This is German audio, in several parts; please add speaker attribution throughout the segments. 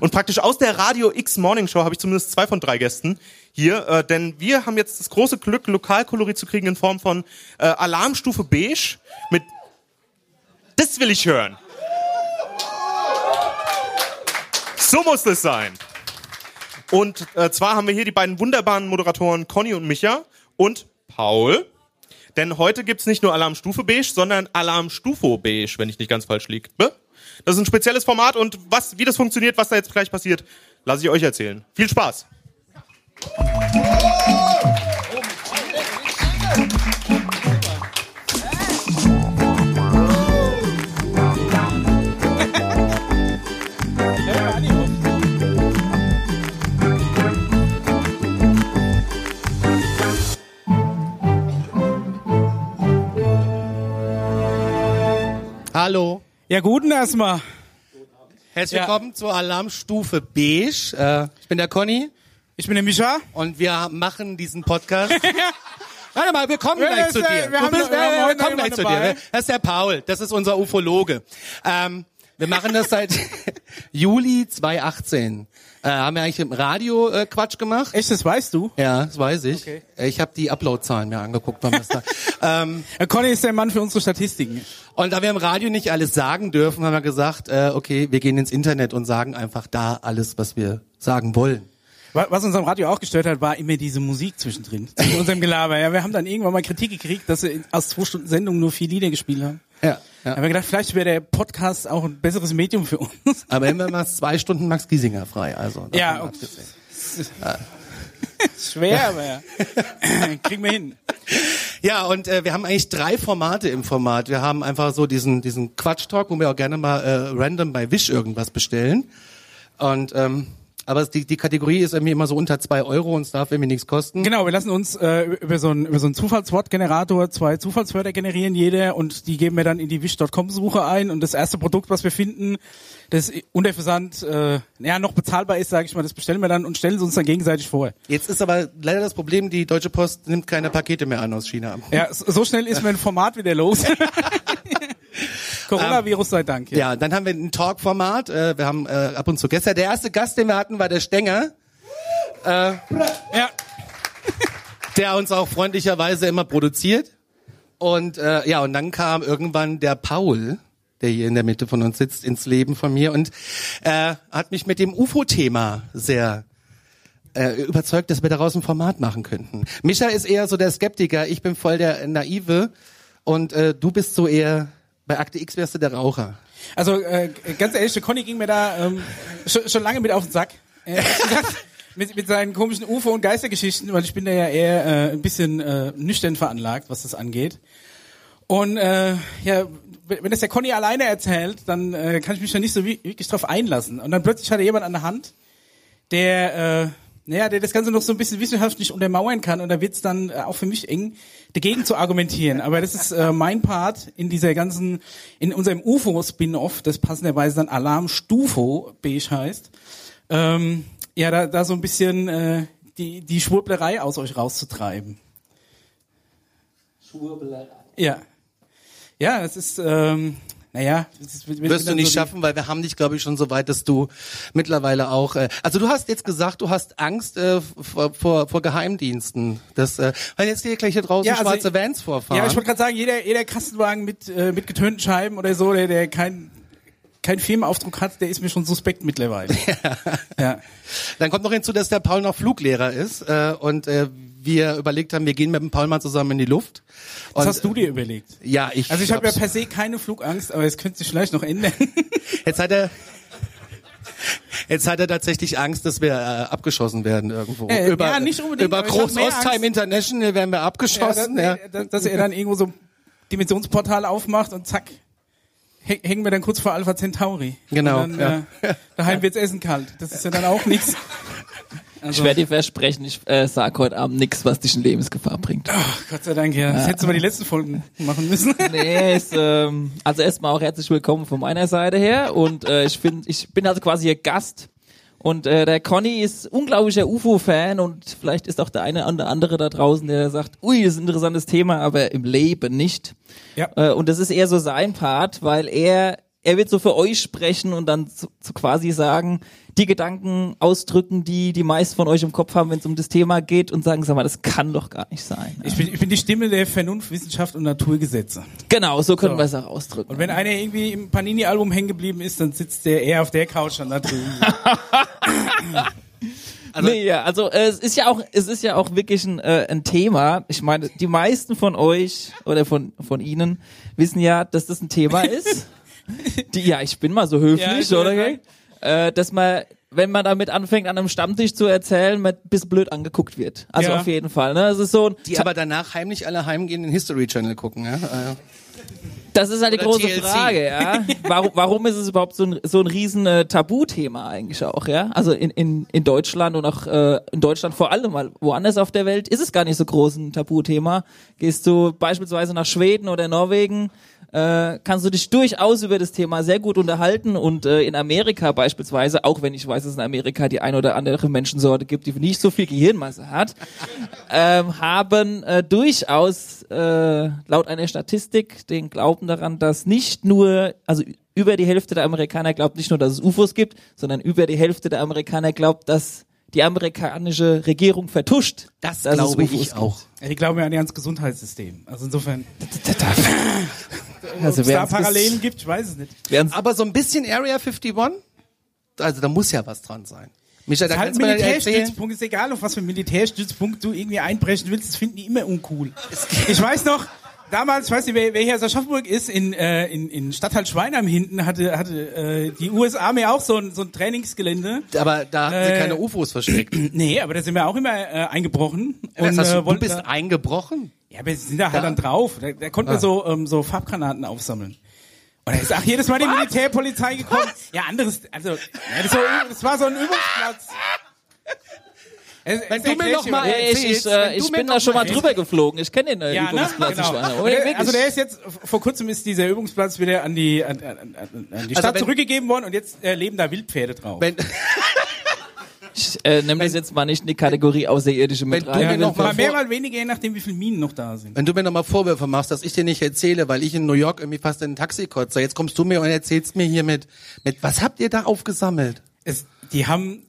Speaker 1: Und praktisch aus der Radio X Morning Show habe ich zumindest zwei von drei Gästen hier, äh, denn wir haben jetzt das große Glück, Lokalkolorit zu kriegen in Form von äh, Alarmstufe Beige mit. Das will ich hören. So muss das sein. Und äh, zwar haben wir hier die beiden wunderbaren Moderatoren Conny und Micha und Paul. Denn heute gibt's nicht nur Alarmstufe Beige, sondern Alarmstufo Beige, wenn ich nicht ganz falsch liege. Ne? Das ist ein spezielles Format und was, wie das funktioniert, was da jetzt gleich passiert, lasse ich euch erzählen. Viel Spaß!
Speaker 2: Hallo.
Speaker 3: Ja, guten erstmal.
Speaker 2: Herzlich
Speaker 3: Ja.
Speaker 2: willkommen zur Alarmstufe Beige. Äh, ich bin der Conny
Speaker 3: Ich bin der Micha.
Speaker 2: und wir machen diesen Podcast. Warte mal, wir kommen
Speaker 3: Ja,
Speaker 2: gleich
Speaker 3: das
Speaker 2: zu
Speaker 3: ist,
Speaker 2: dir.
Speaker 3: äh, wir haben noch- wir haben
Speaker 2: ja,
Speaker 3: heute
Speaker 2: wir
Speaker 3: noch
Speaker 2: kommen gleich zu
Speaker 3: jemanden
Speaker 2: dir. ne? Das ist der Paul, das ist unser Ufologe. Ähm, wir machen das seit Juli 2018. Äh, haben wir eigentlich im Radio äh, Quatsch gemacht?
Speaker 3: Echt, das weißt du?
Speaker 2: Ja, das weiß ich. Ich habe die Upload-Zahlen mir angeguckt beim Mister. ähm,
Speaker 3: Herr Äh, Conny ist der Mann für unsere Statistiken.
Speaker 2: Und da wir im Radio nicht alles sagen dürfen, haben wir gesagt, äh, okay, wir gehen ins Internet und sagen einfach da alles, was wir sagen wollen.
Speaker 3: Wa- Was uns am Radio auch gestört hat, war immer diese Musik zwischendrin. Zu unserem Gelaber. Ja, wir haben dann irgendwann mal Kritik gekriegt, dass wir in- aus zwei Stunden Sendung nur vier Lieder gespielt haben.
Speaker 2: Ja,
Speaker 3: Da
Speaker 2: ja.
Speaker 3: haben wir gedacht, vielleicht wäre der Podcast auch ein besseres Medium für uns.
Speaker 2: Aber immer mal zwei Stunden Max Giesinger frei. Also davon
Speaker 3: Ja,
Speaker 2: mal
Speaker 3: okay.
Speaker 2: abgesehen.
Speaker 3: Schwer, aber ja. kriegen wir hin.
Speaker 2: ja. Und äh, wir haben eigentlich drei Formate im Format. Wir haben einfach so diesen diesen Quatsch-Talk, wo wir auch gerne mal äh, random bei Wish irgendwas bestellen. Und ähm, aber es- die, die Kategorie ist irgendwie immer so unter zwei Euro und es darf irgendwie nichts kosten.
Speaker 3: Genau, wir lassen uns äh, über so einen über so einen Zufallswortgenerator zwei Zufallswörter generieren jeder und die geben wir dann in die wish.com Suche ein und das erste Produkt, was wir finden, das unter Versand äh, ja noch bezahlbar ist, sage ich mal, das bestellen wir dann und stellen es uns dann gegenseitig vor.
Speaker 2: Jetzt ist aber leider das Problem, die Deutsche Post nimmt keine Pakete mehr an aus China.
Speaker 3: Ja, so so schnell ist mein Format wieder los. Coronavirus sei Dank. Ja.
Speaker 2: Ja, dann haben wir ein Talk-Format. Äh, wir haben äh, ab und zu Gäste. Der erste Gast, den wir hatten, war der Stenger,
Speaker 3: Ja.
Speaker 2: der uns auch freundlicherweise immer produziert. Und äh, ja, und dann kam irgendwann der Paul, der hier in der Mitte von uns sitzt, ins Leben von mir und äh, hat mich mit dem UFO-Thema sehr äh, überzeugt, dass wir daraus ein Format machen könnten. Micha ist eher so der Skeptiker, ich bin voll der Naive und äh, du bist so eher, bei Akte X wärst du der Raucher.
Speaker 3: Also äh, ganz ehrlich, der Conny ging mir da ähm, schon, schon lange mit auf den Sack. Äh, mit, mit seinen komischen UFO- und Geistergeschichten, weil ich bin da ja eher äh, ein bisschen äh, nüchtern veranlagt, was das angeht. Und äh, ja, wenn wenn das der Conny alleine erzählt, dann äh, kann ich mich da nicht so wie, wirklich drauf einlassen. Und dann plötzlich hatte jemand an der Hand, der, äh, naja, der das Ganze noch so ein bisschen wissenschaftlich untermauern kann und da wird's dann äh, auch für mich eng, dagegen zu argumentieren. Aber das ist äh, mein Part in dieser ganzen, in unserem UFO-Spin-Off, das passenderweise dann Alarm Stufo beige heißt. Ähm, ja, da, da so ein bisschen äh, die, die Schwurblerei aus euch rauszutreiben. Schwurblerei. Ja. Ja, das ist, ähm, naja. das ist- wir- wir
Speaker 2: Wirst
Speaker 3: sind
Speaker 2: du
Speaker 3: dann
Speaker 2: nicht
Speaker 3: so die-
Speaker 2: schaffen, weil wir haben dich, glaube ich, schon so weit, dass du mittlerweile auch. Äh, also du hast jetzt gesagt, du hast Angst äh, vor, vor, vor Geheimdiensten. Das, äh, weil jetzt hier gleich hier draußen
Speaker 3: Ja, also
Speaker 2: schwarze
Speaker 3: ich-
Speaker 2: Vans vorfahren.
Speaker 3: Ja, ich wollte gerade sagen, jeder, jeder Kastenwagen mit, äh, mit getönten Scheiben oder so, der, der kein, kein Firmenaufdruck hat, der ist mir schon suspekt mittlerweile. ja.
Speaker 2: Dann kommt noch hinzu, dass der Paul noch Fluglehrer ist äh, und äh, wir überlegt haben, wir gehen mit dem Paul mal zusammen in die Luft.
Speaker 3: Was
Speaker 2: Und,
Speaker 3: hast du dir überlegt?
Speaker 2: äh, Ja, ich.
Speaker 3: Also ich habe ja
Speaker 2: hab's-
Speaker 3: per se keine Flugangst, aber es könnte sich vielleicht noch ändern.
Speaker 2: jetzt hat er. Jetzt hat er tatsächlich Angst, dass wir äh, abgeschossen werden irgendwo.
Speaker 3: Äh,
Speaker 2: über
Speaker 3: ja, nicht unbedingt,
Speaker 2: über
Speaker 3: aber ich hab mehr Angst.
Speaker 2: Groß-Ostheim International werden wir abgeschossen. Ja,
Speaker 3: dass, dass- dass er dann irgendwo so ein Dimensionsportal aufmacht und zack, häng- hängen wir dann kurz vor Alpha Centauri.
Speaker 2: Genau,
Speaker 3: Und dann, äh, daheim wird's Essen kalt. Das ist ja dann auch nichts.
Speaker 4: Ich werde dir versprechen, ich äh, sag heute Abend nichts, was dich in Lebensgefahr bringt.
Speaker 3: Gott sei Dank, ja. Das hättest du mal die letzten Folgen machen müssen.
Speaker 4: Nee, ist, ähm, also erstmal auch herzlich willkommen von meiner Seite her und äh, ich finde, ich bin also quasi hier Gast und äh, der Conny ist unglaublicher UFO-Fan und vielleicht ist auch der eine oder andere da draußen, der sagt, ui, das ist ein interessantes Thema, aber im Leben nicht.
Speaker 3: Ja.
Speaker 4: Äh, und das ist eher so sein Part, weil er er wird so für euch sprechen und dann so, so quasi sagen, die Gedanken ausdrücken, die die meisten von euch im Kopf haben, wenn es um das Thema geht und sagen, sag mal, das kann doch gar nicht sein.
Speaker 3: Ich bin, ich bin die Stimme der Vernunft, Wissenschaft und Naturgesetze.
Speaker 4: Genau, so können
Speaker 3: So.
Speaker 4: wir es auch ausdrücken.
Speaker 3: Und wenn einer irgendwie im Panini-Album hängen geblieben ist, dann sitzt der eher auf der Couch dann da drüben.
Speaker 4: Also, nee, ja, also äh, es ist ja auch, es ist ja auch wirklich ein, äh, ein Thema. Ich meine, die meisten von euch oder von von Ihnen wissen ja, dass das ein Thema ist. die, ja, ich bin mal so höflich,
Speaker 3: Ja,
Speaker 4: oder?
Speaker 3: ja.
Speaker 4: gell? Äh, dass man, wenn man damit anfängt, an einem Stammtisch zu erzählen, man ein bisschen blöd angeguckt wird. Also
Speaker 3: Ja.
Speaker 4: auf jeden Fall. Ne, es ist so, ein-
Speaker 2: Die aber danach heimlich alle heimgehen den History Channel gucken, ja? Äh,
Speaker 4: das ist halt die
Speaker 2: Oder
Speaker 4: große
Speaker 2: TLC.
Speaker 4: Frage. Ja, warum, warum ist es überhaupt so ein so ein riesen äh, Tabuthema eigentlich auch? Ja, also in in in Deutschland und auch äh, in Deutschland vor allem, weil woanders auf der Welt ist es gar nicht so groß ein Tabuthema. Gehst du beispielsweise nach Schweden oder Norwegen, äh, kannst du dich durchaus über das Thema sehr gut unterhalten und äh, in Amerika beispielsweise, auch wenn ich weiß, dass es in Amerika die ein oder andere Menschensorte gibt, die nicht so viel Gehirnmasse hat, ähm, haben äh, durchaus äh, laut einer Statistik den Glauben daran, dass nicht nur, also ü- über die Hälfte der Amerikaner glaubt nicht nur, dass es UFOs gibt, sondern über die Hälfte der Amerikaner glaubt, dass die amerikanische Regierung vertuscht.
Speaker 2: Das
Speaker 4: dass es
Speaker 2: glaube
Speaker 4: UFOs
Speaker 2: ich
Speaker 4: gibt.
Speaker 2: auch.
Speaker 3: Ja, die glauben ja an ihr ganzes Gesundheitssystem. Also insofern,
Speaker 4: Also
Speaker 3: ob es
Speaker 4: wer
Speaker 3: da
Speaker 4: uns
Speaker 3: Parallelen gibt, ich weiß es nicht.
Speaker 4: wer uns-
Speaker 2: Aber so ein bisschen Area 51, also da muss ja was dran sein. Michael, da
Speaker 3: Halt
Speaker 2: kannst du mir nicht erzählen.
Speaker 3: Militärstützpunkt ist egal, auf was für einen Militärstützpunkt du irgendwie einbrechen willst, das finden die immer uncool. Ich weiß noch, damals, ich weiß nicht, wer, wer hier aus Aschaffenburg ist, in, äh, in, in Stadtteil Schweinheim hinten hatte, hatte äh, die US-Armee auch so ein, so ein Trainingsgelände.
Speaker 2: Aber da haben sie
Speaker 3: Äh,
Speaker 2: keine UFOs versteckt.
Speaker 3: Nee, aber da sind wir auch immer äh, eingebrochen.
Speaker 2: das heißt,
Speaker 3: äh,
Speaker 2: du
Speaker 3: wollten
Speaker 2: bist
Speaker 3: da-
Speaker 2: eingebrochen?
Speaker 3: Ja, aber sie sind da halt
Speaker 2: Da- Ah.
Speaker 3: dann drauf. Da, da konnten wir so, ähm, so Farbgranaten aufsammeln. Und da ist auch jedes Mal die Militärpolizei gekommen. Ja, anderes, also, ja, das, war, das war so ein Übungsplatz. Es- es
Speaker 2: Wenn du mir
Speaker 3: erklärt
Speaker 2: noch
Speaker 3: sich
Speaker 2: mal
Speaker 3: immer-
Speaker 4: Ey, ich, ich,
Speaker 2: erzählst,
Speaker 4: äh,
Speaker 2: wenn du
Speaker 4: ich
Speaker 2: mir
Speaker 4: bin da
Speaker 2: noch
Speaker 4: schon
Speaker 2: mal
Speaker 4: mal drüber geflogen. Ich kenne den äh,
Speaker 3: ja, ne?
Speaker 4: Übungsplatz nicht mal.
Speaker 3: genau.
Speaker 4: Oder
Speaker 3: Der,
Speaker 4: wirklich.
Speaker 3: also der ist jetzt, vor kurzem ist dieser Übungsplatz wieder an die, an, an, an, an die Stadt
Speaker 2: Also wenn-
Speaker 3: zurückgegeben worden und jetzt äh, leben da Wildpferde drauf.
Speaker 2: Wenn,
Speaker 4: ich äh, nehme das jetzt mal nicht in die Kategorie Außerirdische mit
Speaker 2: Wenn
Speaker 4: rein.
Speaker 2: du
Speaker 3: ja,
Speaker 2: mir noch mal
Speaker 3: mal mehr,
Speaker 2: vor-
Speaker 3: mal weniger, je nachdem, wie viele Minen noch da sind.
Speaker 2: wenn du mir nochmal Vorwürfe machst, dass ich dir nicht erzähle, weil ich in New York irgendwie fast in ein Taxi kotze, jetzt kommst du mir und erzählst mir hier mit, mit was habt ihr da aufgesammelt?
Speaker 3: es, die haben,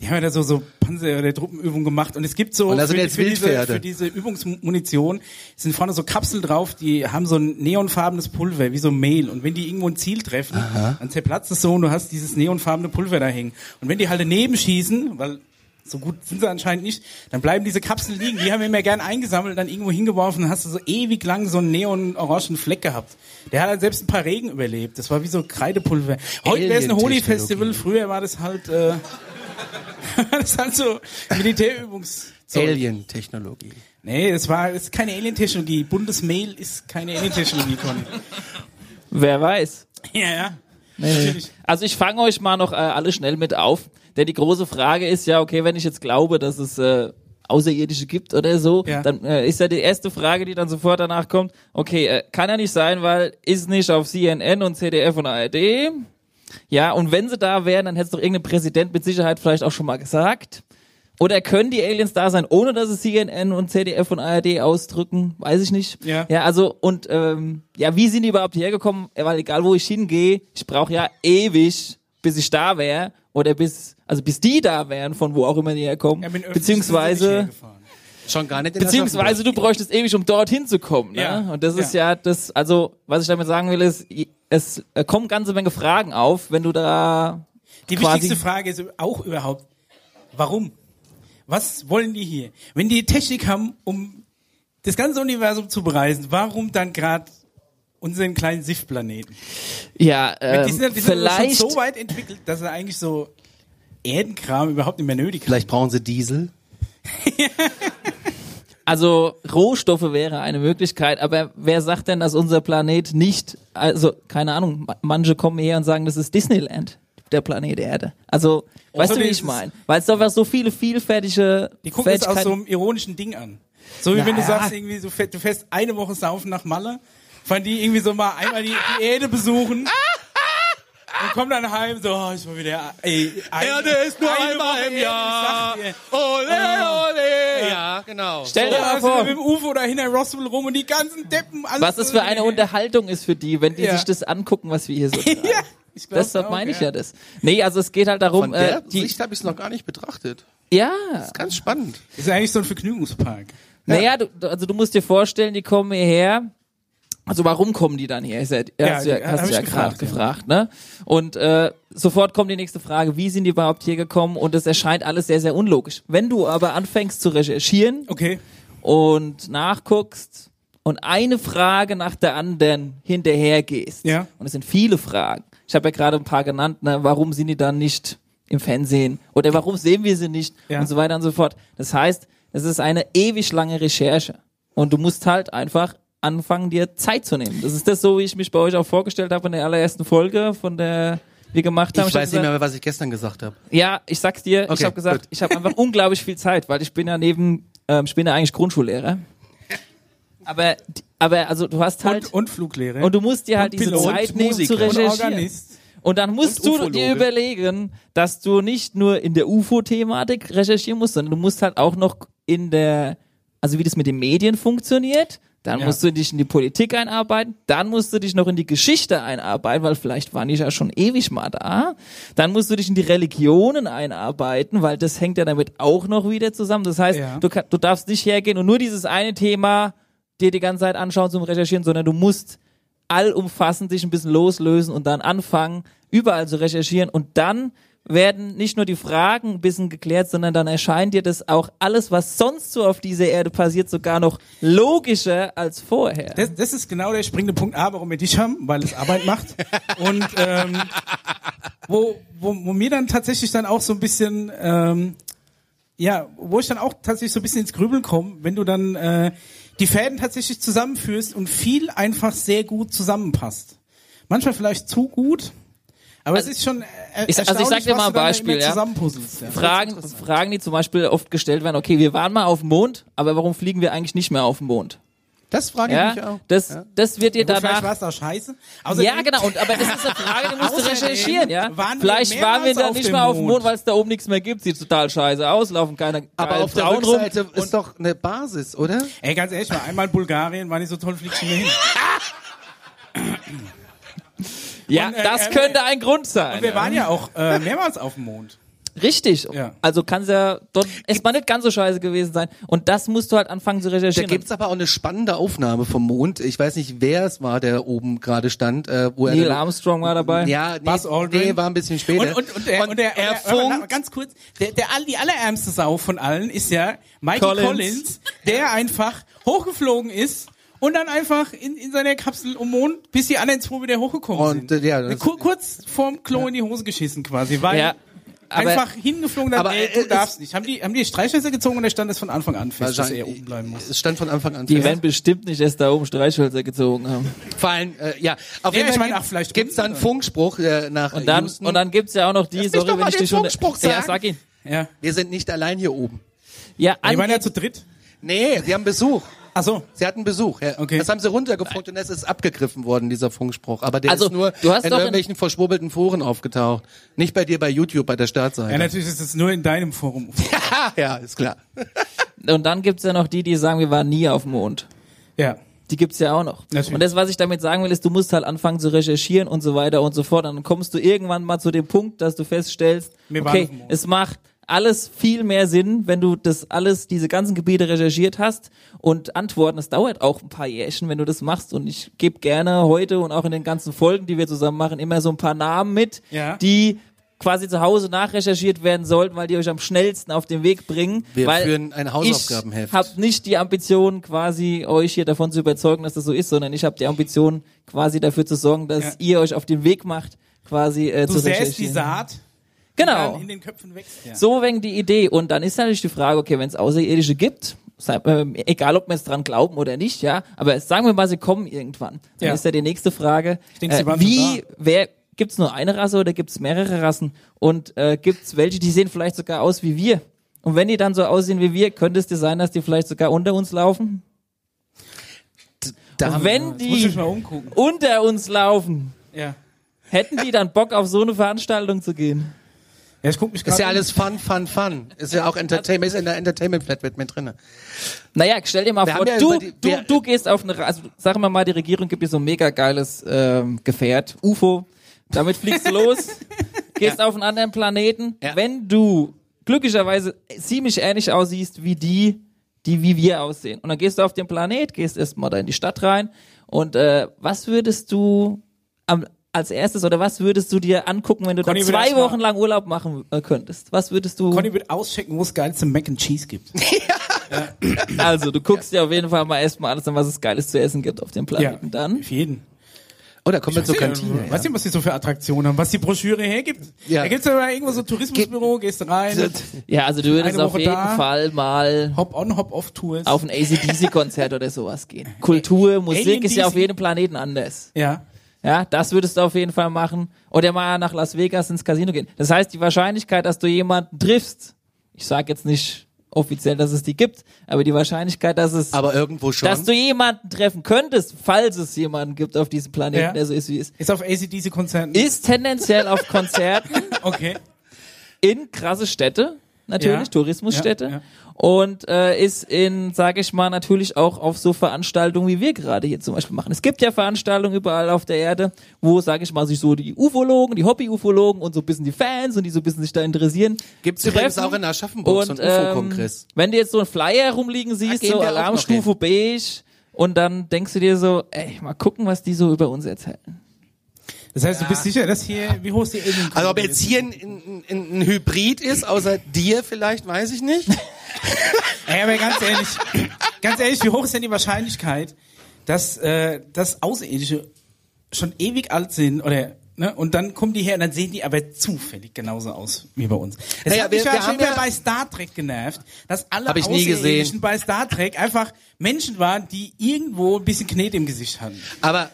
Speaker 3: die haben ja da so, so Panzer oder Truppenübungen gemacht und es gibt so,
Speaker 2: Und da sind jetzt
Speaker 3: für, diese,
Speaker 2: Wildpferde.
Speaker 3: für diese Übungsmunition sind vorne so Kapseln drauf, die haben so ein neonfarbenes Pulver, wie so Mehl und wenn die irgendwo ein Ziel treffen, dann zerplatzt es so und du hast dieses neonfarbene Pulver da hängen. Und wenn die halt daneben schießen, weil so gut sind sie anscheinend nicht, dann bleiben diese Kapseln liegen, die haben wir immer gern eingesammelt und dann irgendwo hingeworfen und hast du so ewig lang so einen neon-orangen Fleck gehabt. Der hat dann selbst ein paar Regen überlebt, das war wie so Kreidepulver. Heute wäre es ein
Speaker 2: Alien-Technologie.
Speaker 3: Holi-Festival, früher war das halt, äh, das ist halt so Militärübungs.
Speaker 2: Alien-Technologie.
Speaker 3: Nee, das war das ist keine Alien-Technologie. Bundesmail ist keine Alien-Technologie, Conny.
Speaker 4: Wer weiß.
Speaker 3: ja, ja. Natürlich.
Speaker 4: Also ich fange euch mal noch äh, alle schnell mit auf, denn die große Frage ist ja, okay, wenn ich jetzt glaube, dass es äh, Außerirdische gibt oder so,
Speaker 3: Ja.
Speaker 4: dann äh, ist ja die erste Frage, die dann sofort danach kommt, okay, äh, kann ja nicht sein, weil ist nicht auf CNN und CDF und ARD. Ja, und wenn sie da wären, dann hätte es doch irgendein Präsident mit Sicherheit vielleicht auch schon mal gesagt. Oder können die Aliens da sein, ohne dass es CNN und ZDF und ARD ausdrücken? Weiß ich nicht.
Speaker 3: Ja.
Speaker 4: Ja, also, und, ähm, ja, wie sind die überhaupt hierher gekommen? Äh, Weil egal, wo ich hingehe, ich brauche ja ewig, bis ich da wäre. Oder bis, also bis die da wären, von wo auch immer die herkommen.
Speaker 3: Ja, mit dem Öffentlichen sind sie nicht
Speaker 4: beziehungsweise,
Speaker 3: hergefahren.
Speaker 2: Schon gar nicht in
Speaker 4: beziehungsweise du bräuchtest ewig, um dorthin zu kommen. Ne?
Speaker 3: Ja.
Speaker 4: Und das ist ja das, also, was ich damit sagen will, ist, i- es äh, kommen ganze Menge Fragen auf, wenn du da
Speaker 3: Die
Speaker 4: quasi-
Speaker 3: wichtigste Frage ist auch überhaupt, warum? Was wollen die hier? Wenn die Technik haben, um das ganze Universum zu bereisen, warum dann gerade unseren kleinen Siftplaneten?
Speaker 4: Ja, ähm,
Speaker 3: die sind, ja- die sind
Speaker 4: vielleicht.
Speaker 3: schon so weit entwickelt, dass er eigentlich so Erdenkram überhaupt nicht mehr nötig hat.
Speaker 2: Vielleicht brauchen sie Diesel.
Speaker 4: also Rohstoffe wäre eine Möglichkeit, aber wer sagt denn, dass unser Planet nicht? Also keine Ahnung. ma- Manche kommen her und sagen, das ist Disneyland, der Planet Erde. Also weißt du,
Speaker 3: Außerdem
Speaker 4: wie ich
Speaker 3: Oh, ist
Speaker 4: meine? Weil es doch was so viele vielfältige
Speaker 3: Die gucken es aus so
Speaker 4: Fähigkeiten-
Speaker 3: einem ironischen Ding an. So wie wenn du
Speaker 4: Naja.
Speaker 3: sagst, irgendwie, so fährt, du fährst eine Woche saufen nach Malle, fahren die irgendwie so mal einmal die, die Erde besuchen. Und komm dann heim, so, oh, ich war wieder, ey, ein,
Speaker 2: Erde ist nur
Speaker 3: eine
Speaker 2: einmal
Speaker 3: Woche
Speaker 2: im
Speaker 3: Erde, ich
Speaker 2: Jahr.
Speaker 3: sag dir.
Speaker 2: Ole, ole. Ah. Ja, genau.
Speaker 4: Stell dir
Speaker 3: Da
Speaker 4: mal
Speaker 3: sind wir
Speaker 4: vor,
Speaker 3: mit dem UFO da hinter Roswell rum und die ganzen Deppen. Alles
Speaker 4: was es für eine Unterhaltung ist für die, wenn die
Speaker 3: Ja.
Speaker 4: sich das angucken, was wir hier so treiben.
Speaker 3: Ja, ich glaub,
Speaker 4: Deshalb
Speaker 3: auch,
Speaker 4: meine ich
Speaker 3: ja.
Speaker 4: ja das. Nee, also es geht halt darum,
Speaker 2: Von der
Speaker 4: äh, die,
Speaker 2: Sicht habe ich es noch gar nicht betrachtet.
Speaker 4: ja,
Speaker 2: Ganz spannend.
Speaker 3: Das ist eigentlich so ein Vergnügungspark.
Speaker 4: naja, du, du- also du musst dir vorstellen, die kommen hierher. Also warum kommen die dann hier? Ist ja, hast du ja,
Speaker 3: ja, hab
Speaker 4: hast du
Speaker 3: ich
Speaker 4: ja gerade
Speaker 3: gefragt, ja.
Speaker 4: gefragt, ne? Und äh, sofort kommt die nächste Frage, wie sind die überhaupt hier gekommen? Und es erscheint alles sehr, sehr unlogisch. Wenn du aber anfängst zu recherchieren
Speaker 3: Okay.
Speaker 4: und nachguckst und eine Frage nach der anderen hinterhergehst.
Speaker 3: Ja.
Speaker 4: Und es sind viele Fragen. Ich habe ja gerade ein paar genannt, ne? warum sind die dann nicht im Fernsehen oder warum sehen wir sie nicht
Speaker 3: Ja.
Speaker 4: und so weiter und so fort. Das heißt, es ist eine ewig lange Recherche und du musst halt einfach anfangen, dir Zeit zu nehmen. Das ist das so, wie ich mich bei euch auch vorgestellt habe in der allerersten Folge, von der wir gemacht haben.
Speaker 2: Ich
Speaker 4: hab
Speaker 2: weiß
Speaker 4: gesagt-
Speaker 2: nicht mehr, was ich gestern gesagt habe.
Speaker 4: ja, ich sag's dir, ich
Speaker 2: Okay,
Speaker 4: habe gesagt,
Speaker 2: gut.
Speaker 4: ich habe einfach unglaublich viel Zeit, weil ich bin ja neben, ähm, ich bin ja eigentlich Grundschullehrer. Aber, aber also du hast
Speaker 3: Und,
Speaker 4: halt und,
Speaker 3: und Fluglehre.
Speaker 4: du musst dir halt diese
Speaker 3: Pilot,
Speaker 4: Zeit nehmen zu
Speaker 2: Musiker.
Speaker 3: und
Speaker 4: recherchieren.
Speaker 3: Organist.
Speaker 4: Und dann musst
Speaker 2: Und
Speaker 4: du dir
Speaker 2: Ufologe.
Speaker 4: überlegen, dass du nicht nur in der UFO-Thematik recherchieren musst, sondern du musst halt auch noch in der, also wie das mit den Medien funktioniert. Dann
Speaker 3: Ja.
Speaker 4: musst du dich in die Politik einarbeiten. Dann musst du dich noch in die Geschichte einarbeiten, weil vielleicht waren die ja schon ewig mal da. Dann musst du dich in die Religionen einarbeiten, weil das hängt ja damit auch noch wieder zusammen. Das heißt,
Speaker 3: Ja.
Speaker 4: du, kann, du darfst nicht hergehen und nur dieses eine Thema dir die ganze Zeit anschauen zum Recherchieren, sondern du musst allumfassend sich ein bisschen loslösen und dann anfangen, überall zu recherchieren und dann werden nicht nur die Fragen ein bisschen geklärt, sondern dann erscheint dir das auch alles, was sonst so auf dieser Erde passiert, sogar noch logischer als vorher.
Speaker 3: Das, das ist genau der springende Punkt A, warum wir dich haben, weil es Arbeit macht. Und ähm, wo, wo, wo mir dann tatsächlich dann auch so ein bisschen, ähm, ja, wo ich dann auch tatsächlich so ein bisschen ins Grübeln komme, wenn du dann äh, die Fäden tatsächlich zusammenführst und viel einfach sehr gut zusammenpasst. Manchmal vielleicht zu gut, aber es ist schon äh,
Speaker 4: Ich- also ich
Speaker 3: erstaunlich,
Speaker 4: sag dir
Speaker 3: was
Speaker 4: mal
Speaker 3: du dann da
Speaker 4: ein Beispiel,
Speaker 3: immer
Speaker 4: ja.
Speaker 3: zusammenpuzzelst, ja.
Speaker 4: Fragen, Fragen, die zum Beispiel oft gestellt werden, okay, wir waren mal auf dem Mond, aber warum fliegen wir eigentlich nicht mehr auf dem Mond?
Speaker 2: Das frage ich mich
Speaker 4: Ja,
Speaker 2: auch.
Speaker 4: das, das wird dir
Speaker 3: Gut, vielleicht war
Speaker 4: danach...
Speaker 3: es auch scheiße.
Speaker 4: Ja,
Speaker 3: Außerdem-
Speaker 4: genau, und, aber das ist eine Frage, die musst du
Speaker 3: Außerdem
Speaker 4: recherchieren, ja.
Speaker 3: waren wir
Speaker 4: Vielleicht waren
Speaker 3: mehrmals
Speaker 4: wir da
Speaker 3: auf
Speaker 4: nicht
Speaker 3: dem
Speaker 4: mehr auf dem
Speaker 3: Mond.
Speaker 4: Mond, weil es da oben nichts mehr gibt, sieht total scheiße aus, laufen keine
Speaker 2: Aber
Speaker 4: geilen
Speaker 2: auf der
Speaker 4: Frauen rum.
Speaker 2: Rückseite ist doch eine Basis, oder?
Speaker 3: Ey, ganz ehrlich, mal einmal Bulgarien, war nicht so toll, fliegst du mir hin.
Speaker 4: Ja,
Speaker 3: Und, äh,
Speaker 4: das
Speaker 3: äh,
Speaker 4: könnte ein Grund sein.
Speaker 3: Wir waren ja auch äh, mehrmals auf dem Mond.
Speaker 4: Richtig.
Speaker 3: Ja.
Speaker 4: Also kann es ja dort erstmal nicht ganz so scheiße gewesen sein. Und das musst du halt anfangen zu
Speaker 2: Da
Speaker 4: recherchieren.
Speaker 2: gibt's aber auch eine spannende Aufnahme vom Mond. Ich weiß nicht, wer es war, der oben gerade stand. Äh, wo
Speaker 4: Neil
Speaker 2: er
Speaker 4: Armstrong war dabei.
Speaker 2: Ja, nee,
Speaker 3: Buzz Aldrin.
Speaker 2: nee, war ein bisschen später.
Speaker 3: Und, und, und, der, und, der,
Speaker 2: er
Speaker 3: und der,
Speaker 2: funkt-
Speaker 3: ganz kurz, der, der, all- die allerärmste Sau von allen ist ja Michael
Speaker 4: Collins.
Speaker 3: Collins, der einfach hochgeflogen ist und dann einfach in, in seiner Kapsel um den Mond, bis die anderen zwei wieder hochgekommen
Speaker 2: Und,
Speaker 3: sind.
Speaker 2: äh, ja, das-
Speaker 3: Kur kurz vorm Klo in die Hose geschissen quasi, weil
Speaker 4: Ja, aber-
Speaker 3: einfach hingeflogen dann,
Speaker 2: Aber,
Speaker 3: ey,
Speaker 2: äh,
Speaker 3: du
Speaker 2: es-
Speaker 3: darfst nicht. Haben die, haben die Streichhölzer gezogen und da stand das von Anfang an fest, dass er
Speaker 2: Wahrscheinlich-
Speaker 3: oben bleiben muss.
Speaker 2: Es stand von Anfang an
Speaker 4: die
Speaker 2: fest.
Speaker 4: werden bestimmt nicht erst da oben Streichhölzer gezogen haben.
Speaker 2: Vor allem, äh, ja. Auf
Speaker 3: Ja,
Speaker 2: jeden
Speaker 3: ich
Speaker 2: Fall
Speaker 3: meine,
Speaker 2: gibt's-
Speaker 3: ach, vielleicht
Speaker 2: gibt's da einen
Speaker 3: unten.
Speaker 2: Funkspruch äh, nach
Speaker 4: Und dann,
Speaker 2: Houston.
Speaker 4: und dann gibt's ja auch noch die,
Speaker 2: Lass mich
Speaker 4: sorry,
Speaker 2: doch
Speaker 4: wenn
Speaker 2: mal
Speaker 4: ich
Speaker 2: den
Speaker 4: dich schon.
Speaker 2: Funkspruch
Speaker 4: Ja,
Speaker 2: sagen.
Speaker 4: sag ihn.
Speaker 3: Ja.
Speaker 2: Wir sind nicht allein hier oben.
Speaker 4: Ja,
Speaker 3: Die waren
Speaker 4: ange
Speaker 3: ja zu dritt.
Speaker 2: Nee, wir haben Besuch.
Speaker 3: Ach so.
Speaker 2: Sie hatten Besuch. Ja.
Speaker 3: Okay.
Speaker 2: Das haben sie runtergefunkt und es ist abgegriffen worden, dieser Funkspruch. Aber der
Speaker 4: Also,
Speaker 2: ist nur
Speaker 4: du hast
Speaker 2: in
Speaker 4: doch in-
Speaker 2: irgendwelchen verschwurbelten Foren aufgetaucht. Nicht bei dir bei YouTube, bei der
Speaker 3: Ja,
Speaker 2: Startseite.
Speaker 3: natürlich ist es nur in deinem Forum.
Speaker 2: Ja, ja ist klar.
Speaker 4: und dann gibt's ja noch die, die sagen, wir waren nie auf dem Mond.
Speaker 3: ja.
Speaker 4: Die gibt's ja auch noch.
Speaker 3: Natürlich.
Speaker 4: Und das, was ich damit sagen will, ist, du musst halt anfangen zu recherchieren und so weiter und so fort. Dann kommst du irgendwann mal zu dem Punkt, dass du feststellst,
Speaker 3: Wir waren
Speaker 4: okay,
Speaker 3: auf dem Mond.
Speaker 4: es macht alles viel mehr Sinn, wenn du das alles, diese ganzen Gebiete recherchiert hast und Antworten. Es dauert auch ein paar Jährchen, wenn du das machst. Und ich gebe gerne heute und auch in den ganzen Folgen, die wir zusammen machen, immer so ein paar Namen mit,
Speaker 3: Ja.
Speaker 4: die quasi zu Hause nachrecherchiert werden sollten, weil die euch am schnellsten auf den Weg bringen.
Speaker 2: Wir
Speaker 4: weil
Speaker 2: führen ein Hausaufgabenheft.
Speaker 4: Ich habe nicht die Ambition, quasi euch hier davon zu überzeugen, dass das so ist, sondern ich habe die Ambition, quasi dafür zu sorgen, dass
Speaker 3: Ja.
Speaker 4: ihr euch auf den Weg macht, quasi äh,
Speaker 3: Du
Speaker 4: zu
Speaker 3: säst die
Speaker 4: recherchieren.
Speaker 3: Saat, die
Speaker 4: genau.
Speaker 3: dann in den Köpfen wächst. Ja.
Speaker 4: So wegen die Idee. Und dann ist natürlich die Frage, okay, wenn es Außerirdische gibt, sei, ähm, egal ob wir es dran glauben oder nicht, ja, aber sagen wir mal, sie kommen irgendwann. Dann
Speaker 3: Ja.
Speaker 4: ist ja die nächste Frage,
Speaker 3: denk, sie
Speaker 4: äh,
Speaker 3: waren
Speaker 4: wie,
Speaker 3: schon
Speaker 4: wer, gibt es nur eine Rasse oder gibt es mehrere Rassen? Und äh, gibt es welche, die sehen vielleicht sogar aus wie wir? Und wenn die dann so aussehen wie wir, könnte es dir sein, dass die vielleicht sogar unter uns laufen?
Speaker 2: Da
Speaker 4: Und wenn
Speaker 3: Muss
Speaker 4: die
Speaker 3: ich mal umgucken.
Speaker 4: unter uns laufen,
Speaker 3: Ja.
Speaker 4: Hätten die dann Bock, auf so eine Veranstaltung zu gehen?
Speaker 3: Ja, ich guck mich
Speaker 2: Ist
Speaker 3: grad
Speaker 2: ja
Speaker 3: um.
Speaker 2: alles Fun, Fun, Fun. Ist ja auch Entertainment, ist in der Entertainment Flat mit, mit drinne.
Speaker 4: Naja, stell dir mal
Speaker 2: Wir
Speaker 4: vor,
Speaker 2: haben ja
Speaker 4: du,
Speaker 2: über die-
Speaker 4: du,
Speaker 2: wir-
Speaker 4: du gehst auf eine, Re- also sagen wir mal, die Regierung gibt dir so ein mega geiles ähm, Gefährt, UFO, damit fliegst du los, gehst auf einen anderen Planeten.
Speaker 2: Ja.
Speaker 4: Wenn du glücklicherweise ziemlich ähnlich aussiehst wie die, die wie wir aussehen. Und dann gehst du auf den Planet, gehst erstmal da in die Stadt rein und äh, was würdest du am, als erstes oder was würdest du dir angucken, wenn du
Speaker 3: Conny
Speaker 4: da
Speaker 3: würde
Speaker 4: zwei
Speaker 3: erst mal-
Speaker 4: Wochen lang Urlaub machen äh, könntest? Was würdest du...
Speaker 3: Conny wird auschecken, wo es geilste Mac and Cheese gibt.
Speaker 4: Also, du guckst dir auf jeden Fall mal erstmal alles an, was es Geiles zu essen gibt auf dem Planeten dann.
Speaker 3: Für jeden.
Speaker 2: Oh, da kommen wir zur Kantine.
Speaker 3: Weißt du, was die so für Attraktionen haben? Was die Broschüre hergibt?
Speaker 2: Ja.
Speaker 3: Da gibt's ja mal irgendwo so ein Tourismusbüro, gehst rein,
Speaker 4: Ja, also du würdest
Speaker 3: Eine
Speaker 4: auf
Speaker 3: Woche
Speaker 4: jeden
Speaker 3: da.
Speaker 4: Fall mal
Speaker 3: Hop-on, Hop-off-Tours.
Speaker 4: auf ein ACDC-Konzert oder sowas gehen. Kultur, Musik ist ja auf
Speaker 3: AC/DC.
Speaker 4: jedem Planeten anders.
Speaker 3: Ja.
Speaker 4: Ja, das würdest du auf jeden Fall machen. Oder mal nach Las Vegas ins Casino gehen. Das heißt, die Wahrscheinlichkeit, dass du jemanden triffst, ich sag jetzt nicht offiziell, dass es die gibt, aber die Wahrscheinlichkeit, dass es,
Speaker 2: Aber irgendwo schon.
Speaker 4: dass du jemanden treffen könntest, falls es jemanden gibt auf diesem Planeten,
Speaker 3: Ja.
Speaker 4: der so ist wie ist,
Speaker 3: Ist auf ACDC-Konzerten.
Speaker 4: ist tendenziell auf Konzerten
Speaker 3: Okay.
Speaker 4: in krasse Städte, natürlich,
Speaker 3: Ja.
Speaker 4: Tourismusstädte.
Speaker 3: Ja, ja.
Speaker 4: Und äh, ist in, sage ich mal, natürlich auch auf so Veranstaltungen, wie wir gerade hier zum Beispiel machen. Es gibt ja Veranstaltungen überall auf der Erde, wo, sage ich mal, sich so die Ufologen, die Hobby-Ufologen und so ein bisschen die Fans und die so ein bisschen sich da interessieren.
Speaker 2: Gibt's übrigens
Speaker 4: treffen.
Speaker 2: auch in Aschaffenburg so einen UFO-Kongress.
Speaker 4: Ähm, wenn du jetzt so einen Flyer rumliegen siehst,
Speaker 2: gehen
Speaker 4: so
Speaker 2: wir auch noch
Speaker 4: Alarmstufe beige, und dann denkst du dir so, ey, mal gucken, was die so über uns erzählen.
Speaker 3: Das heißt, du bist sicher, dass hier, wie hoch ist die Alien
Speaker 2: Also ob jetzt hier ein, ein, ein, ein Hybrid ist, außer dir vielleicht, weiß ich nicht.
Speaker 3: Ey, aber ganz ehrlich, ganz ehrlich, wie hoch ist denn die Wahrscheinlichkeit, dass, äh, dass Außerirdische schon ewig alt sind oder ne? Und dann kommen die her und dann sehen die aber zufällig genauso aus wie bei uns. Das
Speaker 2: Naja,
Speaker 3: hat mich
Speaker 2: wir- wir
Speaker 3: ja schon
Speaker 2: haben
Speaker 3: wieder
Speaker 2: ja-
Speaker 3: bei Star Trek genervt, dass alle
Speaker 2: Hab ich nie gesehen.
Speaker 3: Außerirdischen bei Star Trek einfach Menschen waren, die irgendwo ein bisschen Knet im Gesicht hatten.
Speaker 2: Aber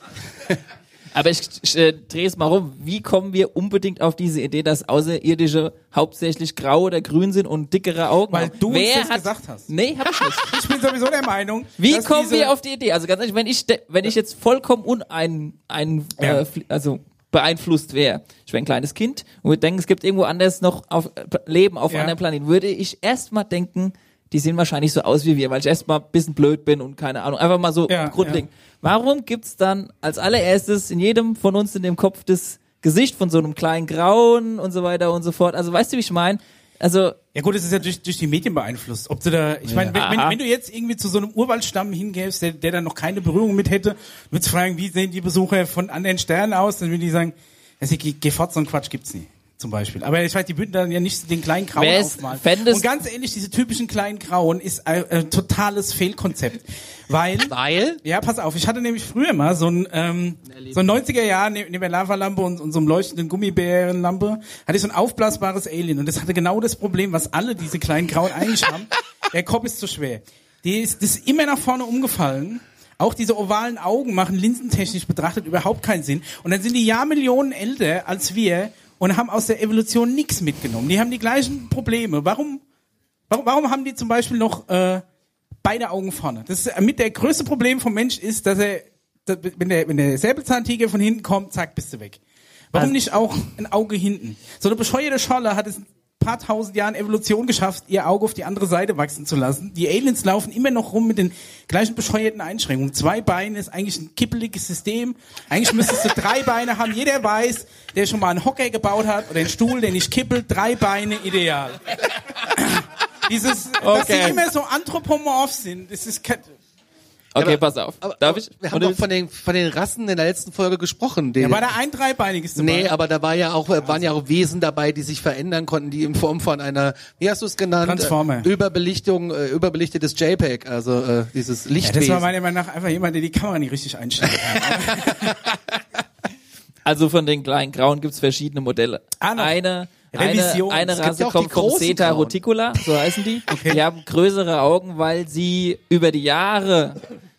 Speaker 4: Aber ich, ich äh, drehe es mal rum. Wie kommen wir unbedingt auf diese Idee, dass Außerirdische hauptsächlich grau oder grün sind und dickere Augen
Speaker 3: Weil
Speaker 4: haben?
Speaker 3: du uns
Speaker 4: Wer
Speaker 3: das
Speaker 4: hat,
Speaker 3: gesagt hast.
Speaker 4: Nee, hab ich nicht.
Speaker 3: Ich bin sowieso der Meinung,
Speaker 4: Wie
Speaker 3: dass
Speaker 4: kommen
Speaker 3: diese-
Speaker 4: wir auf die Idee? Also ganz ehrlich, wenn ich, de- wenn ich jetzt vollkommen unein, ein,
Speaker 3: Ja.
Speaker 4: äh, fl- also beeinflusst wäre, ich wäre ein kleines Kind und würde denken, es gibt irgendwo anders noch auf, äh, Leben auf
Speaker 3: Ja.
Speaker 4: anderen Planeten, würde ich erstmal denken, die sehen wahrscheinlich so aus wie wir, weil ich erstmal ein bisschen blöd bin und keine Ahnung. Einfach mal so
Speaker 3: Ja,
Speaker 4: grundlegend. Warum gibt's dann als allererstes in jedem von uns in dem Kopf das Gesicht von so einem kleinen Grauen und so weiter und so fort? Also weißt du, wie ich meine? Also
Speaker 3: Ja gut, es ist ja durch, durch die Medien beeinflusst. Ob du da, ich meine, wenn,
Speaker 4: Aha.
Speaker 3: wenn, wenn du jetzt irgendwie zu so einem Urwaldstamm hingäbst, der, der da noch keine Berührung mit hätte, würdest fragen, wie sehen die Besucher von anderen Sternen aus, dann würden die sagen, also, geh, geh fort, so ein Quatsch gibt's nie. Zum Beispiel. Aber ich weiß, die würden dann ja nicht den kleinen Grauen
Speaker 4: Wer ist-
Speaker 3: aufmalen.
Speaker 4: fändest-
Speaker 3: Und ganz ehrlich, diese typischen kleinen Grauen ist ein äh, totales Fehlkonzept. Weil,
Speaker 2: weil
Speaker 3: ja, pass auf, ich hatte nämlich früher mal so ein, ähm, so ein 90er Jahr ne, neben, neben der Lavalampe und, und so einem leuchtenden Gummibärenlampe, hatte ich so ein aufblasbares Alien und das hatte genau das Problem, was alle diese kleinen Grauen eigentlich haben. Der Kopf ist zu schwer. Die ist, das ist immer nach vorne umgefallen. Auch diese ovalen Augen machen linsentechnisch betrachtet überhaupt keinen Sinn. Und dann sind die Jahrmillionen älter als wir und haben aus der Evolution nichts mitgenommen. Die haben die gleichen Probleme. Warum, warum, warum haben die zum Beispiel noch, äh, beide Augen vorne. Das ist mit der größte Problem vom Mensch ist, dass er, dass- wenn der, wenn der Säbelzahntiger von hinten kommt, zack, bist du weg. Warum nicht auch ein Auge hinten? So eine bescheuerte Scholle hat es ein paar tausend Jahren Evolution geschafft, ihr Auge auf die andere Seite wachsen zu lassen. Die Aliens laufen immer noch rum mit den gleichen bescheuerten Einschränkungen. Zwei Beine ist eigentlich ein kippeliges System. Eigentlich müsstest du drei Beine haben. Jeder weiß, der schon mal einen Hocker gebaut hat oder einen Stuhl, der nicht kippelt, drei Beine ideal. Dieses, dass
Speaker 4: Okay.
Speaker 3: sie immer so anthropomorph sind, das ist kein,
Speaker 4: okay,
Speaker 2: aber-
Speaker 4: pass auf.
Speaker 2: aber,
Speaker 4: Darf ich?
Speaker 2: wir haben
Speaker 4: Oder
Speaker 2: doch von den von den Rassen in der letzten Folge gesprochen. Den,
Speaker 3: ja, war da ein dreibeiniges dabei?
Speaker 2: nee, aber da war ja auch äh, waren ja auch Wesen dabei, die sich verändern konnten, die in Form von einer wie hast du es genannt
Speaker 3: Transformer.
Speaker 2: Äh, Überbelichtung äh, überbelichtetes JPEG, also äh, dieses
Speaker 3: ja, das
Speaker 2: Lichtwesen.
Speaker 3: war meiner Meinung nach einfach jemand, der die Kamera nicht richtig einstellt.
Speaker 4: Also von den kleinen Grauen gibt's verschiedene Modelle.
Speaker 3: Ah, noch.
Speaker 4: eine, eine,
Speaker 3: Revision.
Speaker 4: eine
Speaker 3: Es
Speaker 2: gibt
Speaker 4: Rasse
Speaker 2: ja auch die
Speaker 4: kommt vom
Speaker 2: großen
Speaker 4: Seta
Speaker 2: Grauen.
Speaker 4: roticula, so heißen die. Die haben größere Augen, weil sie über die Jahre,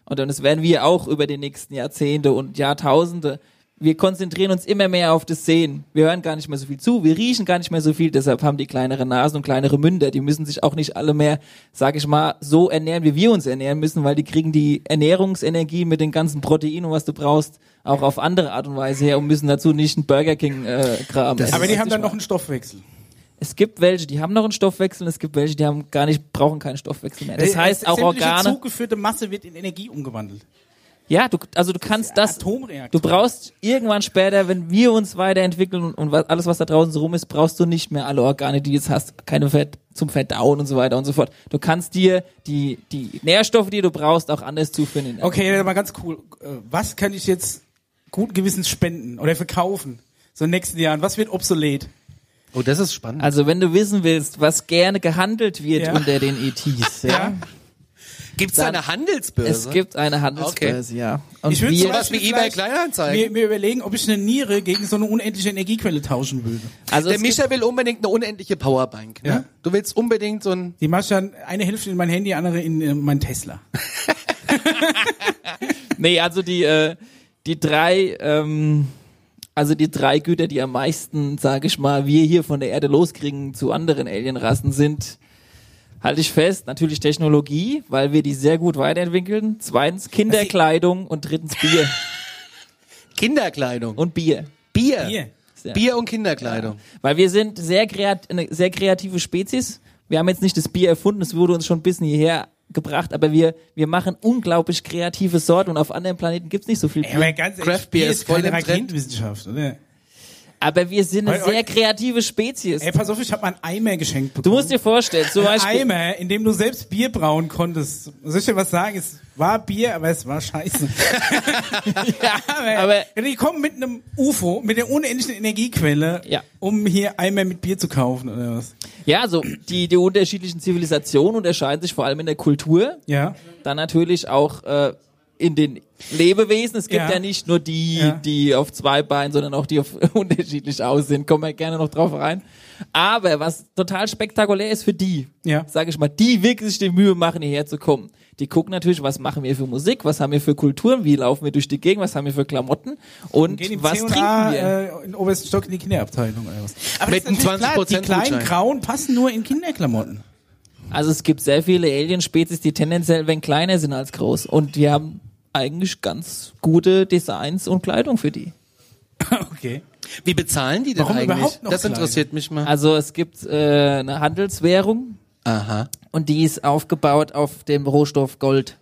Speaker 4: und dann das werden wir auch über die nächsten Jahrzehnte und Jahrtausende, wir konzentrieren uns immer mehr auf das Sehen. Wir hören gar nicht mehr so viel zu, wir riechen gar nicht mehr so viel, deshalb haben die kleinere Nasen und kleinere Münder. Die müssen sich auch nicht alle mehr, sag ich mal, so ernähren, wie wir uns ernähren müssen, weil die kriegen die Ernährungsenergie mit den ganzen Proteinen, was du brauchst, auch auf andere Art und Weise her und müssen dazu nicht einen Burger King äh, Kram. essen.
Speaker 3: Aber die haben dann noch einen Stoffwechsel.
Speaker 4: Es gibt welche, die haben noch einen Stoffwechsel, und es gibt welche, die haben gar nicht, brauchen keinen Stoffwechsel
Speaker 3: Äh,
Speaker 4: mehr. Das heißt auch
Speaker 3: Sämtliche
Speaker 4: Organe.
Speaker 3: zugeführte Masse wird in Energie umgewandelt.
Speaker 4: Ja, du, also du kannst das. Du
Speaker 3: Atomreaktion.
Speaker 4: brauchst irgendwann später, wenn wir uns weiterentwickeln und, und was- alles, was da draußen so rum ist, brauchst du nicht mehr alle Organe, die du jetzt hast, keine Fett zum Verdauen und so weiter und so fort. Du kannst dir die, die Nährstoffe, die du brauchst, auch anders zuführen. in der-
Speaker 3: Okay, mal ganz cool. Äh, Was kann ich jetzt guten Gewissens spenden oder verkaufen? So in den nächsten Jahren. Was wird obsolet?
Speaker 2: Oh, das ist spannend.
Speaker 4: Also wenn du wissen willst, was gerne gehandelt wird
Speaker 3: Ja.
Speaker 4: unter den ETs, ja.
Speaker 3: Äh,
Speaker 2: Gibt's
Speaker 4: dann-
Speaker 2: Handelsbörse?
Speaker 4: Es gibt eine Handelsbörse, ja. Und
Speaker 3: Ich würd zum
Speaker 4: wir,
Speaker 2: sowas wie
Speaker 3: Beispiel
Speaker 2: eBay
Speaker 3: vielleicht
Speaker 2: Kleinanzeigen.
Speaker 3: Mir, mir überlegen, ob ich eine Niere gegen so eine unendliche Energiequelle tauschen würde.
Speaker 4: also
Speaker 2: Der
Speaker 4: es gibt,
Speaker 2: Micha will unbedingt eine unendliche Powerbank. Ne?
Speaker 3: Ja.
Speaker 2: Du willst unbedingt so ein.
Speaker 3: Die mache ich dann eine Hälfte in mein Handy, andere in äh, mein Tesla.
Speaker 4: nee, also die, äh, die drei, ähm, also die drei Güter, die am meisten, sage ich mal, wir hier von der Erde loskriegen zu anderen Alienrassen sind, halte ich fest, natürlich Technologie, weil wir die sehr gut weiterentwickeln. Zweitens Kinderkleidung und drittens Bier.
Speaker 3: Oh,
Speaker 2: Kinderkleidung. Und
Speaker 4: Und Bier.
Speaker 2: Bier.
Speaker 3: Hier.
Speaker 4: Sehr.
Speaker 2: Bier und Kinderkleidung.
Speaker 4: Weil wir sind sehr kreat eine sehr kreative Spezies. Wir haben jetzt nicht das Bier erfunden, es wurde uns schon ein bisschen hierher gebracht, aber wir, wir machen unglaublich kreative Sorten und auf anderen Planeten gibt's nicht so viel Bier.
Speaker 3: Aber ganz ehrlich,
Speaker 2: Craft Beer ist voll
Speaker 3: keine
Speaker 2: im Trend.
Speaker 3: Raketenwissenschaft, oder?
Speaker 4: Aber wir sind eine
Speaker 3: Oi, oi.
Speaker 4: sehr kreative Spezies.
Speaker 3: Ey, pass auf, ich habe mal einen Eimer geschenkt bekommen.
Speaker 4: Du musst dir vorstellen, zum Beispiel,
Speaker 3: Eimer, in dem du selbst Bier brauen konntest. Soll ich dir was sagen? Es war Bier, aber es war scheiße. ja,
Speaker 4: aber-
Speaker 3: die kommen mit einem UFO, mit der unendlichen Energiequelle,
Speaker 4: Ja.
Speaker 3: um hier Eimer mit Bier zu kaufen oder was?
Speaker 4: ja, so die, die unterschiedlichen Zivilisationen unterscheiden sich vor allem in der Kultur,
Speaker 3: Ja.
Speaker 4: dann natürlich auch äh, in den Lebewesen. Es gibt ja,
Speaker 3: Ja.
Speaker 4: nicht nur die,
Speaker 3: Ja.
Speaker 4: die auf zwei Beinen, sondern auch die auf unterschiedlich aussehen. Kommen wir gerne noch drauf rein. Aber was total spektakulär ist für die,
Speaker 3: Ja.
Speaker 4: sage ich mal, die wirklich sich die Mühe machen, hierher zu kommen. Die gucken natürlich, was machen wir für Musik, was haben wir für Kulturen, wie laufen wir durch die Gegend, was haben wir für Klamotten und,
Speaker 3: Gehen im
Speaker 4: was
Speaker 3: C&A,
Speaker 4: trinken wir.
Speaker 3: Äh, in den obersten Stock in die Kinderabteilung oder was? Aber
Speaker 2: Mit einem 20%
Speaker 3: die kleinen
Speaker 2: Gutschein.
Speaker 3: Grauen passen nur in Kinderklamotten.
Speaker 4: Also es gibt sehr viele Alien-Spezies, die tendenziell wenn kleiner sind als groß. Und die haben eigentlich ganz gute Designs und Kleidung für die.
Speaker 3: okay.
Speaker 2: Wie bezahlen die denn
Speaker 3: Warum
Speaker 2: eigentlich?
Speaker 3: überhaupt noch
Speaker 2: das
Speaker 3: Kleidung?
Speaker 2: interessiert mich mal.
Speaker 4: Also es gibt äh, eine Handelswährung
Speaker 2: Aha.
Speaker 4: und die ist aufgebaut auf dem Rohstoff Gold.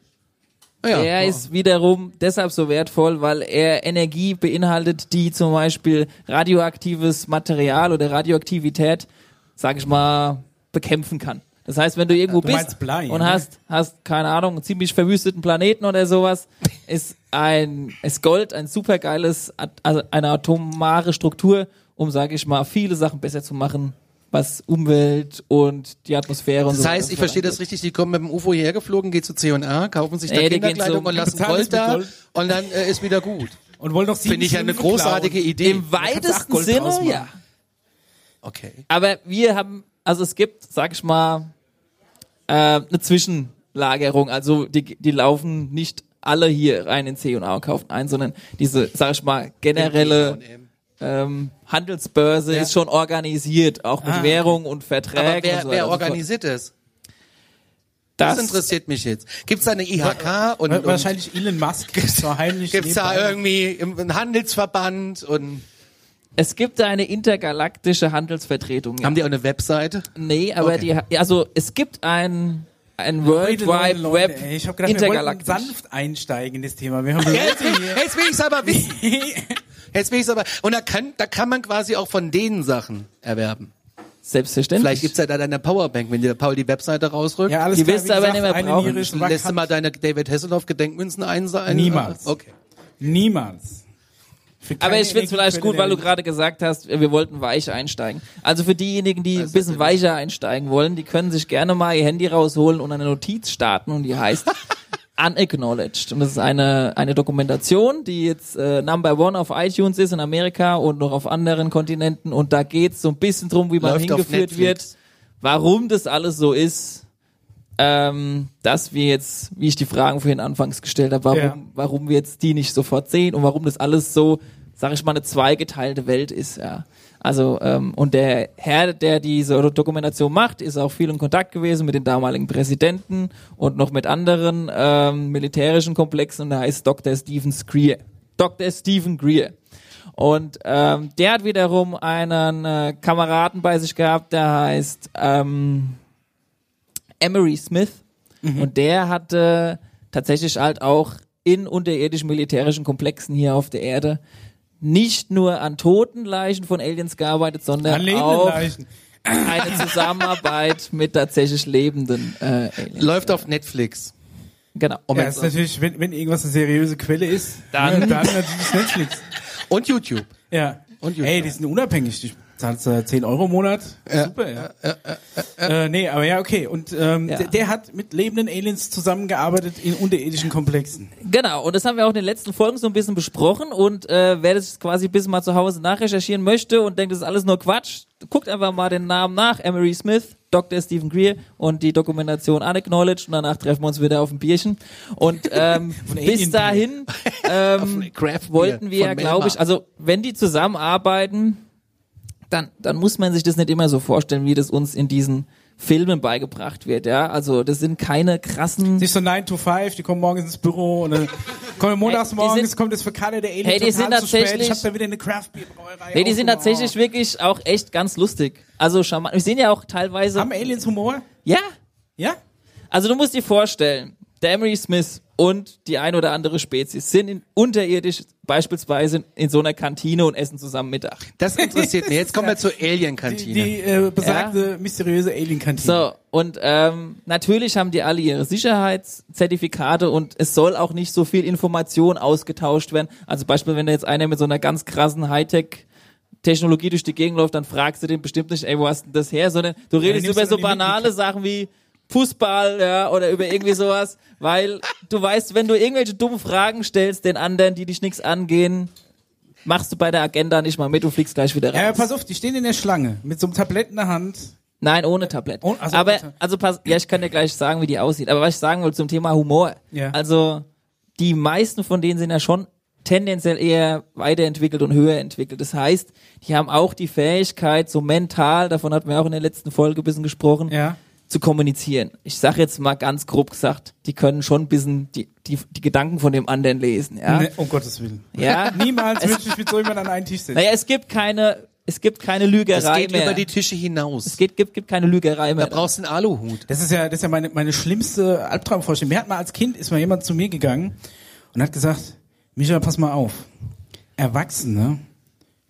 Speaker 2: Ja.
Speaker 4: Er ist wiederum deshalb so wertvoll, weil er Energie beinhaltet, die zum Beispiel radioaktives Material oder Radioaktivität, sag ich mal, bekämpfen kann. Das heißt, wenn du irgendwo
Speaker 3: Du
Speaker 4: bist
Speaker 3: meinst Blei,
Speaker 4: und
Speaker 3: ne?
Speaker 4: hast, hast, keine Ahnung, einen ziemlich verwüsteten Planeten oder sowas, ist ein, ist Gold ein supergeiles, At- also eine atomare Struktur, um, sag ich mal, viele Sachen besser zu machen, was Umwelt und die Atmosphäre und so
Speaker 2: Das heißt,
Speaker 4: weiter
Speaker 2: ich verstehe
Speaker 4: verlangt.
Speaker 2: das richtig, die kommen mit dem UFO hierher geflogen, gehen zu C&A, kaufen sich da
Speaker 4: Nee, die gehen
Speaker 2: Kinderkleidung
Speaker 4: zum-
Speaker 2: und lassen
Speaker 3: bezahlen das
Speaker 2: Gold
Speaker 3: mit
Speaker 2: da
Speaker 3: Gold.
Speaker 2: und dann äh, ist wieder gut.
Speaker 3: Und wollen doch sieben
Speaker 2: Finde ich ja eine
Speaker 3: Schlümpfe klauen.
Speaker 2: großartige Idee.
Speaker 4: Im
Speaker 3: kannst du
Speaker 4: weitesten
Speaker 3: auch Gold draus
Speaker 4: Sinne,
Speaker 3: machen.
Speaker 4: ja.
Speaker 2: Okay.
Speaker 4: Aber wir haben, also es gibt, sag ich mal, äh, eine Zwischenlagerung. Also die, die laufen nicht alle hier rein in C&A und kaufen ein, sondern diese, sag ich mal, generelle ähm, Handelsbörse
Speaker 2: Ja.
Speaker 4: ist schon organisiert, auch mit Währung und Verträgen.
Speaker 2: Aber
Speaker 4: und
Speaker 2: wer,
Speaker 4: so
Speaker 2: wer
Speaker 4: weiter und so fort.
Speaker 2: organisiert das?
Speaker 4: das?
Speaker 2: Das interessiert mich jetzt. Gibt's da eine IHK und,
Speaker 3: Wa-
Speaker 2: und
Speaker 3: Wahrscheinlich Elon Musk. So heimlich.
Speaker 2: gibt's da
Speaker 3: nebenbei.
Speaker 2: irgendwie im- einen Handelsverband und
Speaker 4: Es gibt eine intergalaktische Handelsvertretung. Ja.
Speaker 2: haben die auch eine Webseite?
Speaker 4: Nee, aber
Speaker 2: Okay.
Speaker 4: die, ha- ja, also es gibt ein, ein World
Speaker 3: Leute, Leute,
Speaker 4: Wide
Speaker 3: Leute,
Speaker 4: Web
Speaker 3: ey, ich habe gedacht, wir wollten
Speaker 4: intergalaktisch.
Speaker 3: sanft einsteigen in das Thema. Wir haben Leute hier.
Speaker 2: Jetzt will ich's aber wissen. Jetzt will ich's aber. Und da kann, da kann man quasi auch von denen Sachen erwerben.
Speaker 4: Selbstverständlich.
Speaker 2: Vielleicht gibt's ja da deine Powerbank, wenn dir der Paul die Webseite rausrückt.
Speaker 3: Ja, alles
Speaker 4: Die
Speaker 3: klar,
Speaker 4: wirst
Speaker 3: wie
Speaker 4: du aber nicht mehr
Speaker 3: eine
Speaker 4: brauchen.
Speaker 3: Niere ist
Speaker 2: Lässt du
Speaker 3: vakant.
Speaker 2: mal deine David Hasselhoff Gedenkmünzen einsehen?
Speaker 3: Niemals.
Speaker 2: Okay.
Speaker 3: Niemals. Für
Speaker 4: Aber
Speaker 3: keine
Speaker 4: ich finde es vielleicht
Speaker 3: Energiequelle
Speaker 4: gut, weil du
Speaker 3: der-
Speaker 4: gerade gesagt hast, wir wollten weich einsteigen. Also für diejenigen, die ein bisschen weicher einsteigen wollen, die können sich gerne mal ihr Handy rausholen und eine Notiz starten und die heißt Unacknowledged. Und das ist eine, eine Dokumentation, die jetzt äh, Number One auf iTunes ist in Amerika und noch auf anderen Kontinenten. Und da geht's so ein bisschen drum, wie man
Speaker 2: Läuft auf
Speaker 4: hingeführt
Speaker 2: Netflix.
Speaker 4: wird, warum das alles so ist. Ähm, dass wir jetzt, wie ich die Fragen vorhin anfangs gestellt habe, warum,
Speaker 3: Ja.
Speaker 4: warum wir jetzt die nicht sofort sehen und warum das alles so sag ich mal, eine zweigeteilte Welt ist, ja. Also, ähm, und der Herr, der diese Dokumentation macht, ist auch viel in Kontakt gewesen mit den damaligen Präsidenten und noch mit anderen ähm, militärischen Komplexen und der heißt Dr. Stephen Greer. Dr. Stephen Greer. Und ähm, der hat wiederum einen äh, Kameraden bei sich gehabt, der heißt ähm, Emery Smith. Und der hatte tatsächlich halt auch in unterirdischen militärischen Komplexen hier auf der Erde nicht nur an toten Leichen von Aliens gearbeitet, sondern auch Oh eine Zusammenarbeit mit tatsächlich lebenden äh, Aliens.
Speaker 2: Läuft auf Netflix.
Speaker 4: Genau.
Speaker 3: Ja, ist natürlich, wenn, wenn irgendwas eine seriöse Quelle ist,
Speaker 4: Dann-
Speaker 3: ne, dann natürlich Netflix.
Speaker 2: Und YouTube.
Speaker 3: Ja.
Speaker 2: Und YouTube.
Speaker 3: Ey, die sind unabhängig. Die zahlst äh, 10 Euro im Monat. Super, ja. Äh, nee, aber ja, okay. Und ähm,
Speaker 4: Ja.
Speaker 3: Der, der hat mit lebenden Aliens zusammengearbeitet in unterirdischen Komplexen.
Speaker 4: Genau, und das haben wir auch in den letzten Folgen so ein bisschen besprochen und äh, wer das quasi bis mal zu Hause nachrecherchieren möchte und denkt, das ist alles nur Quatsch, guckt einfach mal den Namen nach, Emery Smith, Dr. Stephen Greer und die Dokumentation Unacknowledged und danach treffen wir uns wieder auf ein Bierchen und ähm,
Speaker 3: Alien-Bier.
Speaker 4: bis dahin ähm,
Speaker 2: Craft Beer
Speaker 4: wollten
Speaker 2: von
Speaker 4: wir,
Speaker 2: Melba.
Speaker 4: glaube ich, also wenn die zusammenarbeiten, dann, dann muss man sich das nicht immer so vorstellen, wie das uns in diesen Filmen beigebracht wird, ja, also das sind keine krassen...
Speaker 3: Nicht so 9 to 5, die kommen morgens ins Büro und dann kommen montags
Speaker 4: die
Speaker 3: morgens,
Speaker 4: sind-
Speaker 3: kommt das Verkader der Aliens
Speaker 4: Hey, die sind
Speaker 3: zu spät.
Speaker 4: tatsächlich-
Speaker 3: Ich hab da wieder eine Craft-Bier-Brauerei.
Speaker 4: Nee, die sind
Speaker 3: aufgemacht.
Speaker 4: tatsächlich wirklich auch echt ganz lustig. Also charmant. Wir sehen ja auch teilweise.
Speaker 3: Haben Aliens Humor?
Speaker 4: ja.
Speaker 3: Ja?
Speaker 4: Also du musst dir vorstellen, der Emery Smith und die ein oder andere Spezies sind in, unterirdisch beispielsweise in so einer Kantine und essen zusammen Mittag.
Speaker 2: Das interessiert mich. Jetzt kommen wir zur
Speaker 3: Die,
Speaker 2: Alien-Kantine.
Speaker 3: die äh, besagte mysteriöse Alien-Kantine.
Speaker 4: So, und ähm, natürlich haben die alle ihre Sicherheitszertifikate und es soll auch nicht so viel Information ausgetauscht werden. Also Beispiel, wenn da jetzt einer mit so einer ganz krassen Hightech Technologie durch die Gegend läuft, dann fragst du den bestimmt nicht, ey, wo hast denn das her, sondern du redest
Speaker 3: nimmst
Speaker 4: über
Speaker 3: du
Speaker 4: so
Speaker 3: dann die
Speaker 4: banale Sachen wie Fußball, ja, oder über irgendwie sowas, weil du weißt, wenn du irgendwelche dummen Fragen stellst den anderen, die dich nichts angehen, machst du bei der Agenda nicht mal mit, du fliegst gleich wieder raus.
Speaker 3: Ja, aber pass auf, die stehen in der Schlange mit so einem Tablett in der Hand.
Speaker 4: Nein, ohne Tablett.
Speaker 3: Oh, also
Speaker 4: aber,
Speaker 3: ohne Tablett.
Speaker 4: also pass, ja, ich kann dir gleich sagen, wie die aussieht. Aber was ich sagen wollte zum Thema Humor.
Speaker 3: Ja.
Speaker 4: Also, die meisten von denen sind ja schon tendenziell eher weiterentwickelt und höher entwickelt. Das heißt, die haben auch die Fähigkeit, so mental, davon hatten wir auch in der letzten Folge ein bisschen gesprochen,
Speaker 3: Ja.
Speaker 4: zu kommunizieren. Ich sag jetzt mal ganz grob gesagt, die können schon ein bisschen die, die, die Gedanken von dem anderen lesen, ja.
Speaker 3: Ne, um Gottes Willen.
Speaker 4: Ja.
Speaker 3: Niemals wünsche ich mit so jemand an einen Tisch sitzen.
Speaker 4: Naja, es gibt keine, es gibt keine
Speaker 2: Das
Speaker 4: Lügerei
Speaker 2: geht
Speaker 4: mehr.
Speaker 2: über die Tische hinaus.
Speaker 4: es gibt, gibt, gibt keine Lügerei mehr.
Speaker 2: Da brauchst du einen Aluhut.
Speaker 3: Das ist ja, das ist ja meine, meine schlimmste Albtraumvorstellung. Mir hat mal als Kind, ist mal jemand zu mir gegangen und hat gesagt, Micha, pass mal auf. Erwachsene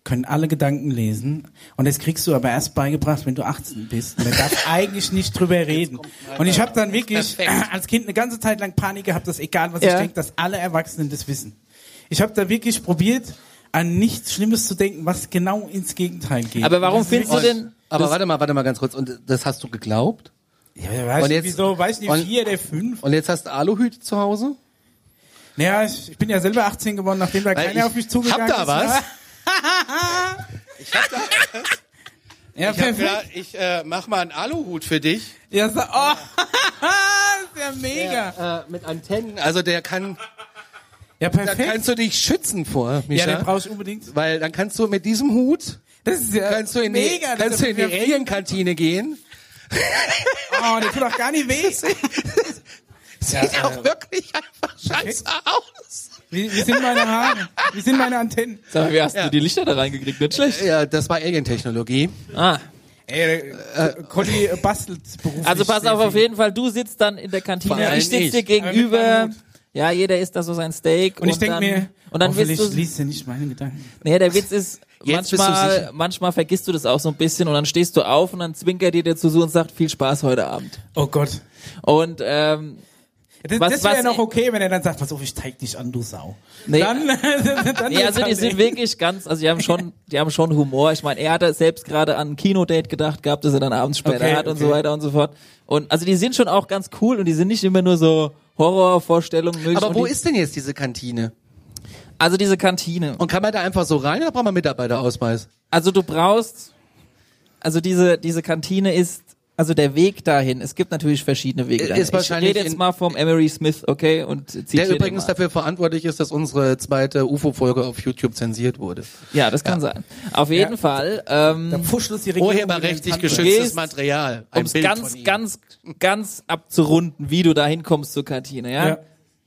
Speaker 3: können alle Gedanken lesen und das kriegst du aber erst beigebracht, wenn du 18 bist. Man darf eigentlich nicht drüber reden. Und ich habe dann wirklich als Kind eine ganze Zeit lang Panik gehabt, dass egal was
Speaker 4: Ja.
Speaker 3: ich denke, dass alle Erwachsenen das wissen. Ich habe da wirklich probiert, an nichts Schlimmes zu denken, was genau ins Gegenteil geht.
Speaker 4: aber warum
Speaker 3: Das ist
Speaker 4: findest du
Speaker 3: wirklich-
Speaker 4: denn,
Speaker 2: Aber warte mal, warte mal ganz kurz. Und das hast du geglaubt?
Speaker 3: Ja, weiß
Speaker 2: Und
Speaker 3: nicht,
Speaker 2: jetzt-
Speaker 3: wieso, weiß nicht,
Speaker 2: und-
Speaker 3: vier der fünf.
Speaker 2: Und jetzt hast du Aluhüte zu Hause?
Speaker 3: Naja, ich, ich bin ja selber 18 geworden, nachdem da
Speaker 2: Weil
Speaker 3: keiner
Speaker 2: ich-
Speaker 3: auf mich zugegangen
Speaker 2: hab da
Speaker 3: ist. ne?
Speaker 2: was.
Speaker 3: ich hab da was. Ja, perfekt.
Speaker 2: ich äh, mach mal einen Aluhut für dich.
Speaker 3: Ja, so, oh, ist ja mega.
Speaker 2: Äh, mit Antennen. Also der kann,
Speaker 3: Ja,
Speaker 2: da
Speaker 3: perfekt.
Speaker 2: kannst du dich schützen vor,
Speaker 3: Ja,
Speaker 2: Micha.
Speaker 3: den brauche ich unbedingt.
Speaker 2: weil dann kannst du mit diesem Hut
Speaker 3: Das ist ja
Speaker 2: kannst du in die,
Speaker 3: mega. das
Speaker 2: kannst du in
Speaker 3: ist
Speaker 2: die
Speaker 3: ja
Speaker 2: Alienkantine gehen.
Speaker 3: Oh, der tut auch gar nicht weh.
Speaker 2: Sieht auch wirklich einfach scheiße aus.
Speaker 3: Wie, wie sind meine Haare? Wie sind meine Antennen?
Speaker 4: Sag mal, wie hast du die Lichter da reingekriegt? Nicht schlecht.
Speaker 2: Ja, das war Alien-Technologie.
Speaker 4: Ah.
Speaker 3: Ey, äh, Conny äh, bastelt beruflich.
Speaker 4: Also pass
Speaker 3: sehr
Speaker 4: auf, auf
Speaker 3: viel.
Speaker 4: jeden Fall, du sitzt dann in der Kantine,
Speaker 2: Vor allem
Speaker 4: ich sitze dir
Speaker 2: ich.
Speaker 4: gegenüber.
Speaker 3: Aber mit
Speaker 4: Ja, jeder isst da so sein Steak.
Speaker 3: Und ich denk
Speaker 4: dann-
Speaker 3: mir,
Speaker 4: Und dann
Speaker 3: hoffentlich
Speaker 4: willst du,
Speaker 3: liest er nicht meine Gedanken.
Speaker 4: nee, der Witz ist,
Speaker 2: Jetzt bist du
Speaker 4: manchmal,
Speaker 2: sicher.
Speaker 4: manchmal vergisst du das auch so ein bisschen und dann stehst du auf und dann zwinkert dir der zu und sagt, viel Spaß heute Abend.
Speaker 3: Oh Gott.
Speaker 4: Und, ähm,
Speaker 3: Das,
Speaker 4: Was-
Speaker 3: das wäre
Speaker 4: was-
Speaker 3: ja noch okay, wenn er dann sagt, pass auf, ich zeig dich an, du Sau.
Speaker 4: Nee.
Speaker 3: Dann, dann
Speaker 4: nee, also die sind wirklich ganz, also die haben schon, die haben schon Humor. Ich meine, er hat selbst gerade an ein Kinodate gedacht gehabt, das er dann abends später
Speaker 3: Okay,
Speaker 4: hat und so
Speaker 3: okay.
Speaker 4: weiter und so fort. Und also die sind schon auch ganz cool und die sind nicht immer nur so Horrorvorstellungen. Milch
Speaker 2: Aber
Speaker 4: und
Speaker 2: wo
Speaker 4: die,
Speaker 2: ist denn jetzt diese Kantine?
Speaker 4: Also diese Kantine.
Speaker 2: Und kann man da einfach so rein oder braucht man Mitarbeiterausweis?
Speaker 4: Also du brauchst, also diese, diese Kantine ist also der Weg dahin, es gibt natürlich verschiedene Wege dahin.
Speaker 2: Ist wahrscheinlich
Speaker 4: ich rede jetzt
Speaker 2: in-
Speaker 4: mal vom Emery Smith, okay, und zitiere
Speaker 2: Der
Speaker 4: den
Speaker 2: übrigens
Speaker 4: mal.
Speaker 2: dafür verantwortlich ist, dass unsere zweite UFO-Folge auf YouTube zensiert wurde.
Speaker 4: Ja, das kann sein. Auf jeden Fall. Ähm,
Speaker 3: Fuschlos die Regierung.
Speaker 2: Urheberrechtlich
Speaker 3: mit den
Speaker 4: geschützt.
Speaker 2: geschütztes
Speaker 4: gehst,
Speaker 2: Material. Ein
Speaker 4: um es
Speaker 2: Bild
Speaker 4: ganz,
Speaker 2: von ihm.
Speaker 4: ganz, ganz abzurunden, wie du da hinkommst zur Kantine, ja?
Speaker 3: Ja.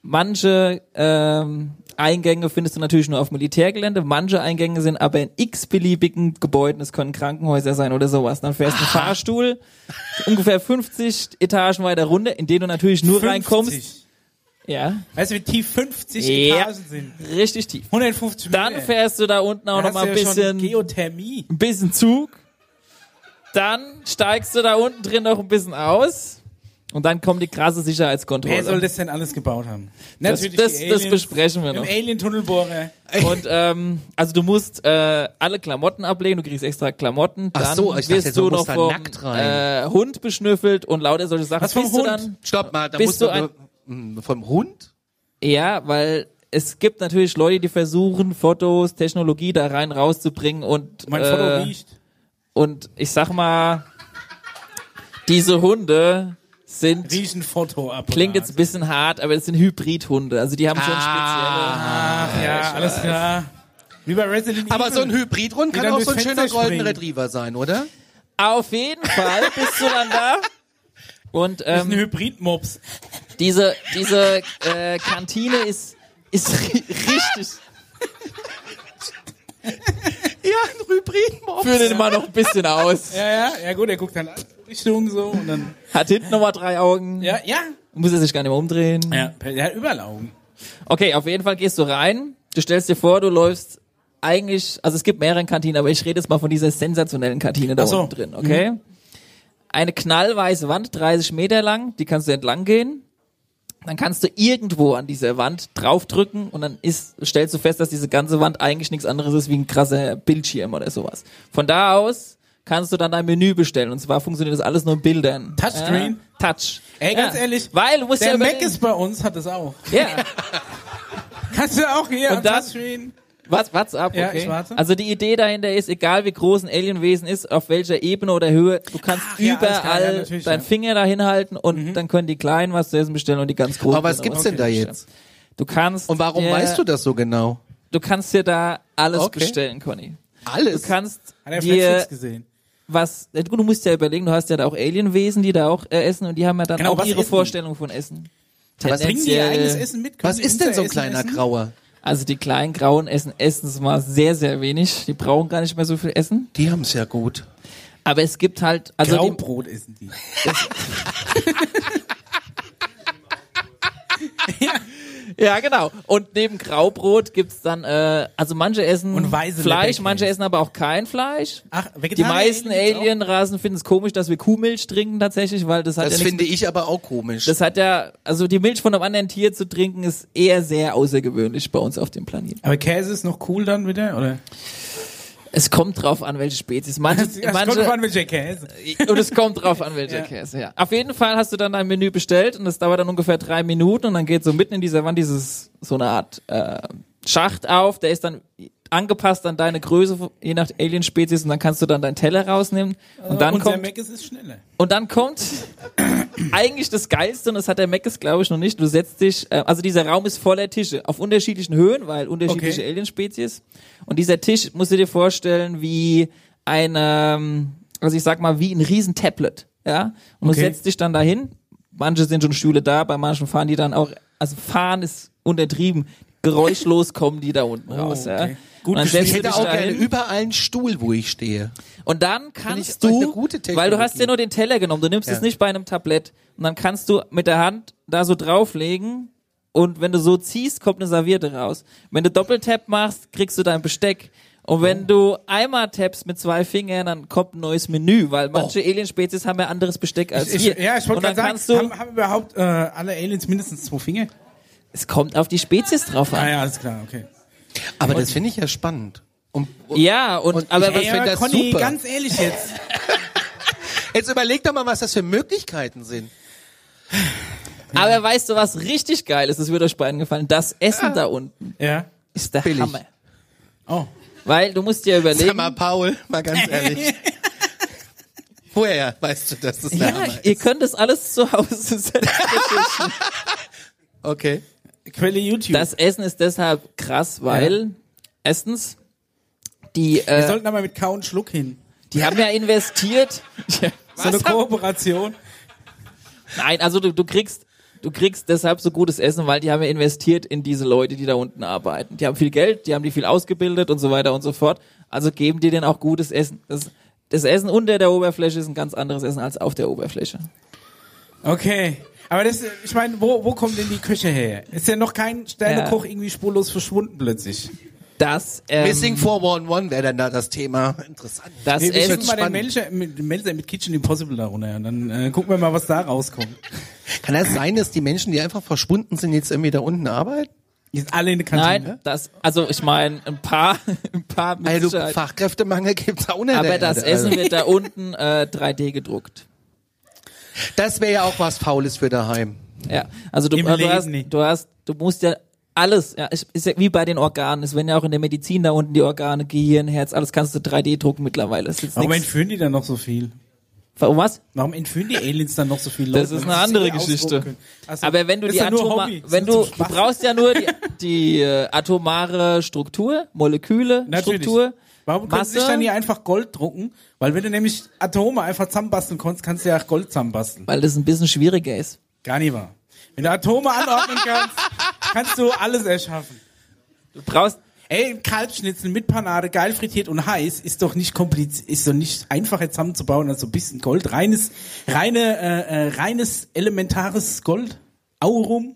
Speaker 4: Manche ähm, Eingänge findest du natürlich nur auf Militärgelände, manche Eingänge sind aber in x-beliebigen Gebäuden, es können Krankenhäuser sein oder sowas. Dann fährst du einen Fahrstuhl, ungefähr 50 Etagen weiter runter, in den du natürlich nur
Speaker 3: 50.
Speaker 4: reinkommst. Ja,
Speaker 3: Weißt du, wie tief 50
Speaker 4: Ja.
Speaker 3: Etagen sind?
Speaker 4: richtig tief.
Speaker 3: 150 Meter.
Speaker 4: Dann fährst du da unten auch
Speaker 3: Da
Speaker 4: noch
Speaker 3: hast
Speaker 4: mal
Speaker 3: du
Speaker 4: ein
Speaker 3: ja schon
Speaker 4: bisschen
Speaker 3: Geothermie.
Speaker 4: ein bisschen Zug, dann steigst du da unten drin noch ein bisschen aus und dann kommt die krasse Sicherheitskontrolle.
Speaker 3: Wer soll das denn alles gebaut haben?
Speaker 4: das, das,
Speaker 3: die
Speaker 4: das
Speaker 3: Aliens.
Speaker 4: besprechen wir
Speaker 3: Im
Speaker 4: noch.
Speaker 3: Alien-Tunnelbohrer.
Speaker 4: Und ähm, also du musst äh, alle Klamotten ablegen, du kriegst extra Klamotten,
Speaker 2: Ach
Speaker 4: dann
Speaker 2: so, ich dachte,
Speaker 4: wirst
Speaker 2: jetzt, man
Speaker 4: du
Speaker 2: muss
Speaker 4: noch
Speaker 2: da
Speaker 4: vom
Speaker 2: nackt rein.
Speaker 4: Äh, Hund beschnüffelt und lauter solche Sachen.
Speaker 3: Was vom
Speaker 4: Bist
Speaker 3: Hund?
Speaker 4: Du dann,
Speaker 2: Stopp mal, da
Speaker 4: Bist
Speaker 2: musst
Speaker 4: du
Speaker 2: du aber- Hm, vom Hund?
Speaker 4: ja, weil es gibt natürlich Leute, die versuchen, Fotos, Technologie da rein rauszubringen und
Speaker 3: Mein
Speaker 4: äh,
Speaker 3: Foto riecht.
Speaker 4: Und ich sag mal, diese Hunde sind,
Speaker 3: Riesenfoto ab.
Speaker 4: klingt jetzt ein bisschen hart, aber es sind Hybridhunde. Also die haben schon spezielle.
Speaker 2: Ah.
Speaker 3: Ach ja, alles klar. Wie bei Resident
Speaker 2: Aber
Speaker 3: Evil.
Speaker 2: so ein Hybridhund
Speaker 3: Die
Speaker 2: kann
Speaker 3: dann
Speaker 2: auch so ein
Speaker 3: durchs
Speaker 2: schöner
Speaker 3: Fenster
Speaker 2: Golden
Speaker 3: springen.
Speaker 2: Retriever sein, oder?
Speaker 4: Auf jeden Fall bist du dann da. Und
Speaker 3: Das ist ein
Speaker 4: ähm,
Speaker 3: Hybrid-Mops.
Speaker 4: diese, diese äh, Kantine ist, ist ri- richtig.
Speaker 2: Ja, ein Hybridmob.
Speaker 4: Führ den mal noch ein bisschen aus.
Speaker 3: Ja, ja, ja gut, er guckt dann Richtung so und dann.
Speaker 4: Hat hinten nochmal drei Augen.
Speaker 3: Ja, ja.
Speaker 4: Muss er sich gar nicht mehr umdrehen.
Speaker 3: Ja, er hat überall Augen.
Speaker 4: Okay, auf jeden Fall gehst du rein. Du stellst dir vor, du läufst eigentlich, also es gibt mehrere Kantinen, aber ich rede jetzt mal von dieser sensationellen Kantine da
Speaker 3: Ach so. Mhm.
Speaker 4: unten drin, okay? Eine knallweiße Wand, 30 Meter lang, die kannst du entlang gehen. Dann kannst du irgendwo an dieser Wand draufdrücken und dann ist, stellst du fest, dass diese ganze Wand eigentlich nichts anderes ist wie ein krasser Bildschirm oder sowas. Von da aus kannst du dann dein Menü bestellen und zwar funktioniert das alles nur in Bildern.
Speaker 3: Touchscreen?
Speaker 4: Ja, Touch.
Speaker 3: Ey, ganz
Speaker 4: ja.
Speaker 3: ehrlich,
Speaker 4: Weil du musst ja
Speaker 3: Der Mac
Speaker 4: überlegen-
Speaker 3: ist bei uns, hat das auch.
Speaker 4: ja.
Speaker 3: Kannst du auch hier
Speaker 4: Und
Speaker 3: am
Speaker 4: dann-
Speaker 3: Touchscreen?
Speaker 4: Was, WhatsApp, okay.
Speaker 3: Ja, ich warte.
Speaker 4: Also die Idee dahinter ist, egal wie groß ein Alienwesen ist, auf welcher Ebene oder Höhe, du kannst
Speaker 3: Ach, ja, alles klar, ja,
Speaker 4: überall
Speaker 3: natürlich,
Speaker 4: deinen
Speaker 3: ja. Mhm.
Speaker 4: Finger dahin halten und dann können die Kleinen was zu essen bestellen und die ganz Großen.
Speaker 2: Aber was
Speaker 4: können
Speaker 2: gibt's denn da jetzt?
Speaker 4: Du kannst
Speaker 2: Und warum
Speaker 4: dir,
Speaker 2: weißt du das so genau?
Speaker 4: Du kannst dir da alles
Speaker 2: Okay.
Speaker 4: bestellen, Conny. Du
Speaker 2: Alles.
Speaker 4: kannst
Speaker 3: Hat er auf
Speaker 4: dir
Speaker 3: Netflix gesehen.
Speaker 4: was, äh, gut, du musst ja überlegen, du hast ja da auch Alienwesen, die da auch äh, essen und die haben ja dann
Speaker 3: Genau,
Speaker 4: auch
Speaker 3: was
Speaker 4: ihre
Speaker 3: essen die?
Speaker 4: Vorstellung von Essen.
Speaker 2: was
Speaker 3: Bringen die ihr eigenes Essen mit? Können
Speaker 2: Was
Speaker 3: die
Speaker 2: ist denn
Speaker 3: unser
Speaker 2: so ein
Speaker 3: Essen
Speaker 2: kleiner
Speaker 3: essen?
Speaker 2: Grauer?
Speaker 4: Also die kleinen Grauen essen erstens mal sehr, sehr wenig. Die brauchen gar nicht mehr so viel Essen.
Speaker 2: Die haben's ja gut.
Speaker 4: Aber es gibt halt, also die,
Speaker 3: Graubrot essen die.
Speaker 4: ja genau. Und neben Graubrot gibt's dann, äh, also manche essen
Speaker 3: Und weiße Ah,
Speaker 4: Fleisch,
Speaker 3: Leckerchen.
Speaker 4: manche essen aber auch kein Fleisch.
Speaker 3: Ach,
Speaker 4: Die
Speaker 3: Vegetarier
Speaker 4: meisten
Speaker 3: gibt's auch?
Speaker 4: Alienrasen finden es komisch, dass wir Kuhmilch trinken tatsächlich, weil das hat
Speaker 2: Das
Speaker 4: ja nichts,
Speaker 2: finde ich aber auch komisch.
Speaker 4: das hat ja, also die Milch von einem anderen Tier zu trinken ist eher sehr außergewöhnlich bei uns auf dem Planeten.
Speaker 3: Aber Käse ist noch cool dann wieder, oder?
Speaker 4: Es kommt drauf an, welche Spezies. Manche,
Speaker 3: Das kommt
Speaker 4: manche, Äh,
Speaker 3: drauf an, welcher Käse.
Speaker 4: und es kommt drauf an, welcher
Speaker 3: Ja.
Speaker 4: Käse, ja. Auf jeden Fall hast du dann dein Menü bestellt und das dauert dann ungefähr drei Minuten und dann geht so mitten in dieser Wand dieses, so eine Art äh, Schacht auf, der ist dann angepasst an deine Größe, je nach Alienspezies und dann kannst du dann deinen Teller rausnehmen und dann
Speaker 3: und der
Speaker 4: kommt,
Speaker 3: Mac ist, ist schneller.
Speaker 4: und dann kommt eigentlich das Geilste und das hat der Meckes glaube ich noch nicht, du setzt dich, äh, also dieser Raum ist voller Tische, auf unterschiedlichen Höhen, weil unterschiedliche
Speaker 3: Okay.
Speaker 4: Alienspezies und dieser Tisch musst du dir vorstellen wie ein, ähm, also ich sag mal, wie ein riesen Tablet. Ja? Und
Speaker 3: Okay.
Speaker 4: du setzt dich dann dahin. Manche sind schon Stühle da, bei manchen fahren die dann auch, also fahren ist untertrieben. Geräuschlos kommen die da unten raus. Ja?
Speaker 3: Oh, okay. Gut
Speaker 4: und dann
Speaker 3: gespielt.
Speaker 4: setzt
Speaker 2: ich
Speaker 4: du
Speaker 2: hätte
Speaker 4: dich
Speaker 2: auch gerne
Speaker 4: dahin.
Speaker 2: überall einen Stuhl, wo ich stehe.
Speaker 4: Und dann kannst
Speaker 2: ich-
Speaker 4: du,
Speaker 2: eine gute Technologie.
Speaker 4: weil du hast ja nur den Teller genommen, du nimmst
Speaker 2: Ja.
Speaker 4: es nicht bei einem Tablett. Und dann kannst du mit der Hand da so drauflegen und wenn du so ziehst, kommt eine Serviette raus. Wenn du Doppeltap machst, kriegst du dein Besteck. Und wenn du einmal tappst mit zwei Fingern, dann kommt ein neues Menü, weil manche Alienspezies haben ja anderes Besteck als
Speaker 3: Ich,
Speaker 4: wir.
Speaker 3: ja, ich
Speaker 4: und
Speaker 3: wollte
Speaker 4: dann
Speaker 3: gerade
Speaker 4: kannst
Speaker 3: sagen,
Speaker 4: du,
Speaker 3: haben, haben überhaupt äh, alle Aliens mindestens zwei Finger?
Speaker 4: es kommt auf die Spezies drauf
Speaker 3: Ah
Speaker 4: an.
Speaker 3: ja, alles klar, okay.
Speaker 2: Aber das finde ich ja spannend. Um, Und, und
Speaker 4: Ja, und,
Speaker 2: Und
Speaker 4: aber
Speaker 2: ich-
Speaker 4: was,
Speaker 2: Ey, find das
Speaker 3: Conny,
Speaker 2: super.
Speaker 3: ganz ehrlich jetzt.
Speaker 2: jetzt überleg doch mal, was das für Möglichkeiten sind.
Speaker 4: aber weißt du, was richtig geil ist? Das wird euch beiden gefallen. Das Essen da unten
Speaker 3: ja.
Speaker 4: ist der
Speaker 2: Billig.
Speaker 4: Hammer.
Speaker 3: Oh.
Speaker 4: Weil du musst dir überlegen.
Speaker 2: Sag mal, Paul, mal ganz ehrlich. Woher weißt du, dass es
Speaker 4: Ja,
Speaker 2: Name ist?
Speaker 4: ihr könnt das alles zu Hause selbst.
Speaker 2: Okay.
Speaker 3: Quelle YouTube.
Speaker 4: Das Essen ist deshalb krass, weil erstens die
Speaker 3: Wir
Speaker 4: äh,
Speaker 3: sollten da mal mit K und Schluck hin.
Speaker 4: die haben ja investiert.
Speaker 3: So eine
Speaker 4: Was haben-
Speaker 3: Kooperation.
Speaker 4: Nein, also du, du kriegst du kriegst deshalb so gutes Essen, weil die haben ja investiert in diese Leute, die da unten arbeiten. Die haben viel Geld, die haben die viel ausgebildet und so weiter und so fort. Also geben die denen auch gutes Essen. Das, das Essen unter der Oberfläche ist ein ganz anderes Essen als auf der Oberfläche.
Speaker 3: Okay. Aber das, ich meine, wo, wo kommt denn die Küche her? Ist ja noch kein Sternekoch
Speaker 4: Ja.
Speaker 3: irgendwie spurlos verschwunden plötzlich.
Speaker 4: Das ähm,
Speaker 2: Missing 411 wäre dann da das Thema. Interessant.
Speaker 4: das
Speaker 3: Nee, wir
Speaker 4: Essen
Speaker 3: schicken mal den
Speaker 2: spannend.
Speaker 3: Melzer, mit- den Melzer mit Kitchen Impossible da runter. Und dann äh, gucken wir mal, was da rauskommt.
Speaker 2: Kann das sein, dass die Menschen, die einfach verschwunden sind, jetzt irgendwie da unten arbeiten?
Speaker 3: Die sind alle in der Kantine.
Speaker 4: Nein, das also ich meine ein paar ein paar mit
Speaker 2: Also
Speaker 4: Sicherheit.
Speaker 2: Fachkräftemangel gibt's auch nicht. Also,
Speaker 4: aber das Essen wird da unten äh, 3D gedruckt.
Speaker 2: Das wäre ja auch was Faules für daheim.
Speaker 4: Ja, also du,
Speaker 3: Im
Speaker 4: du,
Speaker 3: Leben
Speaker 4: hast,
Speaker 3: nicht.
Speaker 4: du hast, du musst ja alles, ja, ist, ist ja wie bei den Organen, es werden ja auch in der Medizin da unten die Organe, Gehirn, Herz, alles kannst du 3D drucken mittlerweile. Das ist jetzt
Speaker 3: Warum
Speaker 4: nix-
Speaker 3: entführen die dann noch so viel?
Speaker 4: Warum was?
Speaker 3: Warum entführen die Aliens dann noch so viel Leute?
Speaker 4: Das ist
Speaker 3: wenn
Speaker 4: eine
Speaker 3: sie
Speaker 4: andere
Speaker 3: sich ausdrucken
Speaker 4: Geschichte.
Speaker 3: können? Ach so,
Speaker 4: Aber wenn du
Speaker 3: das
Speaker 4: die
Speaker 3: ist ja nur
Speaker 4: Atoma
Speaker 3: Hobby. Das
Speaker 4: wenn
Speaker 3: ist zum
Speaker 4: du, du
Speaker 3: Spaß.
Speaker 4: brauchst ja nur die, die äh, atomare Struktur, Moleküle,
Speaker 3: Natürlich.
Speaker 4: Struktur,
Speaker 3: Warum können sie
Speaker 4: Masse,
Speaker 3: sich dann nicht einfach Gold drucken? Weil wenn du nämlich Atome einfach zusammenbasteln kannst, kannst du ja auch Gold zusammenbasteln.
Speaker 4: weil das ein bisschen schwieriger ist.
Speaker 3: Gar nicht wahr. Wenn du Atome anordnen kannst, kannst du alles erschaffen.
Speaker 4: Du brauchst
Speaker 3: Ey, Kalbschnitzel mit Panade, geil frittiert und heiß, ist doch nicht kompliziert, ist doch nicht einfacher zusammenzubauen als so ein bisschen Gold. Reines, reine, äh, äh, reines elementares Gold. Aurum.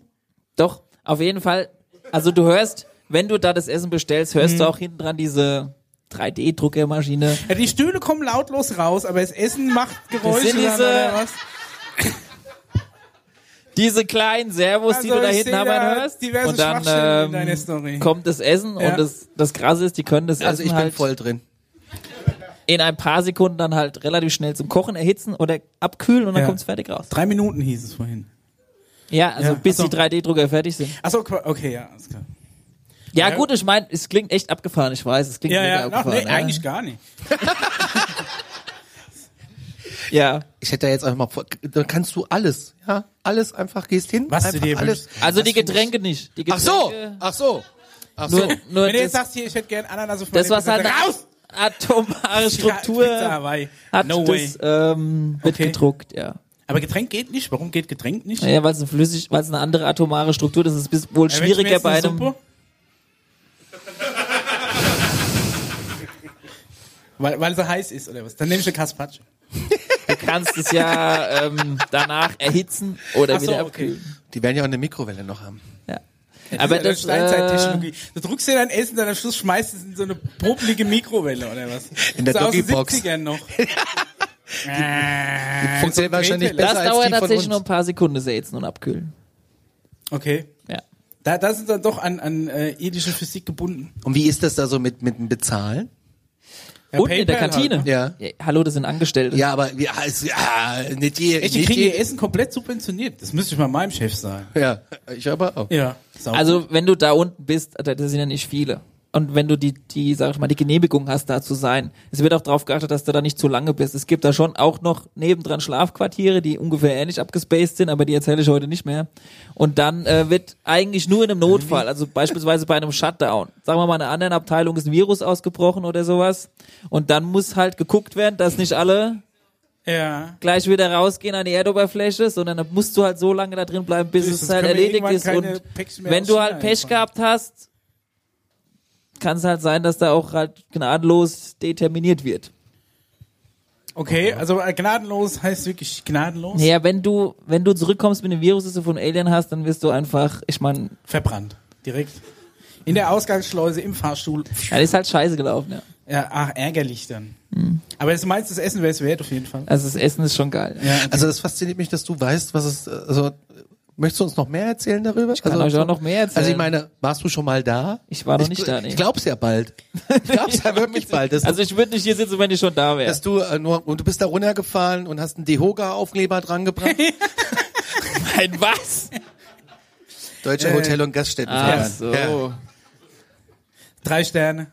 Speaker 4: Doch, auf jeden Fall. Also du hörst, wenn du da das Essen bestellst,
Speaker 3: Mhm.
Speaker 4: hörst du auch hinten dran diese 3D-Druckermaschine.
Speaker 3: Ja, die Stühle kommen lautlos raus, aber das Essen macht Geräusche.
Speaker 4: sind diese-
Speaker 3: oder was?
Speaker 4: Diese kleinen Servos, die
Speaker 3: Also,
Speaker 4: du da
Speaker 3: ich
Speaker 4: hinten
Speaker 3: seh
Speaker 4: haben
Speaker 3: da
Speaker 4: hörst.
Speaker 3: diverse
Speaker 4: Und dann
Speaker 3: Schwachstellen in
Speaker 4: ähm,
Speaker 3: deiner Story.
Speaker 4: kommt das Essen
Speaker 3: Ja.
Speaker 4: und das, das Krasse ist, die können das
Speaker 2: Also ich
Speaker 4: Essen
Speaker 2: bin
Speaker 4: halt
Speaker 2: voll drin.
Speaker 4: in ein paar Sekunden dann halt relativ schnell zum Kochen erhitzen oder abkühlen und dann
Speaker 3: Ja.
Speaker 4: kommt's fertig raus.
Speaker 3: Drei Minuten hieß es vorhin.
Speaker 4: Ja, also
Speaker 3: Ja,
Speaker 4: bis
Speaker 3: ach so.
Speaker 4: die 3D-Drucker fertig sind.
Speaker 3: Achso, okay, ja, alles klar.
Speaker 4: Ja, gut, ich meine, es klingt echt abgefahren, ich weiß, es klingt
Speaker 3: Ja,
Speaker 4: mega
Speaker 3: ja, ach,
Speaker 4: abgefahren.
Speaker 3: nee,
Speaker 4: ja.
Speaker 3: eigentlich gar nicht.
Speaker 4: ja.
Speaker 2: Ich hätte da jetzt einfach mal vor, da kannst du alles, ja, alles einfach gehst hin,
Speaker 3: Was du
Speaker 2: einfach
Speaker 3: dir
Speaker 2: alles.
Speaker 4: Also die Getränke nicht. Die
Speaker 2: Ach
Speaker 4: Getränke,
Speaker 2: so, ach so, ach so.
Speaker 4: Nur, nur
Speaker 3: Wenn du jetzt
Speaker 4: das,
Speaker 3: sagst, hier, ich hätte gern Ananas auf
Speaker 4: das,
Speaker 3: meine
Speaker 4: was halt
Speaker 3: Pizza, raus!
Speaker 4: atomare Struktur.
Speaker 3: Pizza Hawaii.
Speaker 4: hat
Speaker 3: No way.
Speaker 4: das ähm, wird
Speaker 3: Okay.
Speaker 4: gedruckt, ja.
Speaker 3: Aber Getränk geht nicht. Warum geht Getränk nicht?
Speaker 4: Naja, weil es eine flüssig, weil es eine andere atomare Struktur, das ist bis wohl
Speaker 3: Ja, wenn ich mir
Speaker 4: schwieriger
Speaker 3: jetzt
Speaker 4: bei
Speaker 3: eine
Speaker 4: einem.
Speaker 3: Suppe- Weil, weil sie heiß ist, oder was? Dann nehme ich eine Kaspatsche.
Speaker 4: Du kannst es ja ähm, danach erhitzen oder
Speaker 3: Ach so,
Speaker 4: wieder
Speaker 3: okay.
Speaker 4: abkühlen.
Speaker 2: Die werden ja auch eine Mikrowelle noch haben.
Speaker 4: Ja. Aber
Speaker 3: Das
Speaker 4: das,
Speaker 3: ist eine
Speaker 4: äh,
Speaker 3: Steinzeittechnologie. Du drückst dir dein Essen, dann am Schluss schmeißt es in so eine popelige Mikrowelle, oder was?
Speaker 2: In der
Speaker 3: so aus den
Speaker 2: Doggybox.
Speaker 3: 70ern noch.
Speaker 2: Funktioniert wahrscheinlich besser
Speaker 3: Drehteller.
Speaker 4: das
Speaker 2: als
Speaker 4: dauert
Speaker 2: die von
Speaker 4: tatsächlich
Speaker 2: uns.
Speaker 4: nur ein paar Sekunden, das Erhitzen und Abkühlen.
Speaker 3: Okay.
Speaker 4: Ja.
Speaker 3: Da, da sind dann doch an, an äh, irdische Physik gebunden.
Speaker 2: Und wie ist das da so mit mit dem Bezahlen?
Speaker 3: Ja,
Speaker 4: Unten in der
Speaker 3: PayPal halt,
Speaker 4: Kantine.
Speaker 3: ne?
Speaker 2: Ja.
Speaker 4: hallo, das sind Angestellte.
Speaker 2: Ja, aber ja, es, ja nicht je,
Speaker 3: Echt, die
Speaker 2: nicht
Speaker 3: kriegen
Speaker 2: je,
Speaker 3: ihr Essen komplett subventioniert. Das müsste ich mal meinem Chef sagen.
Speaker 2: Ja, ich aber auch.
Speaker 3: Ja. Sau.
Speaker 4: Also wenn du da unten bist, da- das sind ja nicht viele. Und wenn du die, die, sag ich mal, die Genehmigung hast, da zu sein, es wird auch darauf geachtet, dass du da nicht zu lange bist. Es gibt da schon auch noch nebendran Schlafquartiere, die ungefähr ähnlich abgespaced sind, aber die erzähle ich heute nicht mehr. Und dann äh, wird eigentlich nur in einem Notfall, also beispielsweise bei einem Shutdown, sagen wir mal, in einer anderen Abteilung ist ein Virus ausgebrochen oder sowas. Und dann muss halt geguckt werden, dass nicht alle
Speaker 3: Ja.
Speaker 4: gleich wieder rausgehen an die Erdoberfläche, sondern dann musst du halt so lange da drin bleiben, bis
Speaker 3: Sonst
Speaker 4: es halt
Speaker 3: können wir
Speaker 4: erledigt
Speaker 3: irgendwann
Speaker 4: ist.
Speaker 3: keine
Speaker 4: Und
Speaker 3: Päckchen mehr
Speaker 4: wenn
Speaker 3: aus
Speaker 4: du
Speaker 3: China
Speaker 4: halt Pech
Speaker 3: einfahren.
Speaker 4: gehabt hast, kann es halt sein, dass da auch halt gnadenlos determiniert wird.
Speaker 3: Okay, also äh, gnadenlos heißt wirklich gnadenlos.
Speaker 4: Naja, wenn du, wenn du zurückkommst mit dem Virus, das du von Alien hast, dann wirst du einfach, ich meine,
Speaker 3: Verbrannt. Direkt. In der Ausgangsschleuse, im Fahrstuhl.
Speaker 4: ja, das ist halt scheiße gelaufen, ja.
Speaker 3: Ja, ach, ärgerlich dann.
Speaker 4: Mhm.
Speaker 3: Aber das meinst, das Essen wäre es wert auf jeden Fall.
Speaker 4: Also das Essen ist schon geil.
Speaker 3: Ja,
Speaker 2: Also das fasziniert mich, dass du weißt, was es. Also äh, möchtest du uns noch mehr erzählen darüber? Ich
Speaker 4: kann euch auch noch mehr erzählen.
Speaker 2: Also ich meine, warst du schon mal da?
Speaker 4: Ich war noch nicht da, nee.
Speaker 2: Ich glaub's ja bald. Ich glaub's ja wirklich bald. Dass,
Speaker 4: Also ich würde nicht hier sitzen, wenn ich schon da wäre.
Speaker 2: dass du äh, nur und du bist da runtergefahren und hast einen Dehoga-Aufkleber dran gebracht.
Speaker 4: Nein, was?
Speaker 2: Deutsche
Speaker 3: Äh,
Speaker 2: Hotel- und Gaststätten.
Speaker 4: Ach
Speaker 2: Ja.
Speaker 4: so.
Speaker 2: Ja.
Speaker 3: Drei Sterne.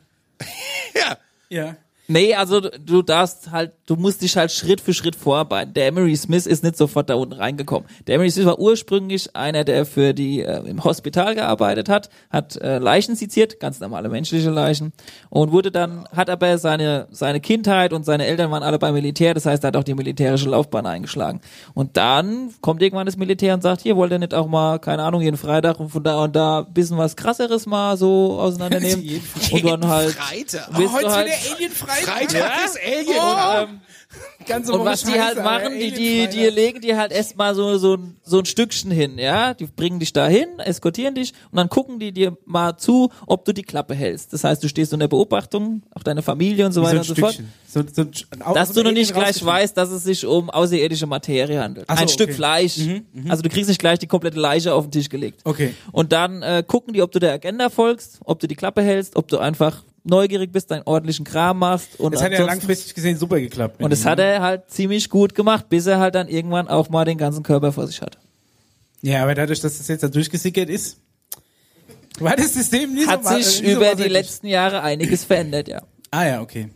Speaker 2: Ja.
Speaker 3: Ja.
Speaker 4: Nee, also du- du darfst halt, du musst dich halt Schritt für Schritt vorarbeiten. Der Emery Smith ist nicht sofort da unten reingekommen. Der Emery Smith war ursprünglich einer, der für die äh, im Hospital gearbeitet hat, hat äh, Leichen seziert, ganz normale menschliche Leichen und wurde dann, hat aber seine seine Kindheit und seine Eltern waren alle beim Militär, das heißt, er hat auch die militärische Laufbahn eingeschlagen. Und dann kommt irgendwann das Militär und sagt, hier wollt ihr nicht auch mal, keine Ahnung, jeden Freitag und von da und da ein bisschen was krasseres mal so auseinandernehmen
Speaker 3: Jeden-
Speaker 4: und dann halt
Speaker 2: Freitag.
Speaker 4: bist du
Speaker 3: heute
Speaker 4: halt-
Speaker 3: wieder Alien Freitag.
Speaker 2: Freitag ist Alien.
Speaker 3: Oh, ganze
Speaker 4: ähm, Und
Speaker 3: Woche
Speaker 4: was die
Speaker 3: Scheiße,
Speaker 4: halt
Speaker 3: Alter,
Speaker 4: machen, die, die,
Speaker 3: Alien
Speaker 4: die legen dir halt erstmal so, so, ein- so ein Stückchen hin, ja. Die bringen dich da hin, eskortieren dich und dann gucken die dir mal zu, ob du die Klappe hältst. Das heißt, du stehst unter Beobachtung, auch deine Familie und so weiter
Speaker 3: Freitag.
Speaker 4: und so fort.
Speaker 3: So, so ein, Sch- ein
Speaker 4: Dass
Speaker 3: so
Speaker 4: du
Speaker 3: ein
Speaker 4: noch nicht
Speaker 3: Alien
Speaker 4: gleich weißt, dass es sich um außerirdische Materie handelt.
Speaker 3: Ach so,
Speaker 4: ein Stück
Speaker 3: okay. Mhm,
Speaker 4: Fleisch. also du kriegst nicht gleich die komplette Leiche auf den Tisch gelegt.
Speaker 3: Okay.
Speaker 4: Und dann äh, gucken die, ob du der Agenda folgst, ob du die Klappe hältst, ob du einfach neugierig bist, deinen ordentlichen Kram machst. Und
Speaker 3: Das hat ja
Speaker 4: ansonsten-
Speaker 3: langfristig gesehen super geklappt. mit
Speaker 4: und das
Speaker 3: ihm.
Speaker 4: hat er halt ziemlich gut gemacht, bis er halt dann irgendwann auch mal den ganzen Körper vor sich hat.
Speaker 3: Ja, aber dadurch, dass das jetzt da durchgesickert ist, war das System nicht
Speaker 4: Hat
Speaker 3: so wa-
Speaker 4: sich
Speaker 3: nicht so
Speaker 4: über die
Speaker 3: wasserdicht.
Speaker 4: letzten Jahre einiges verändert, ja.
Speaker 3: Ah ja, okay.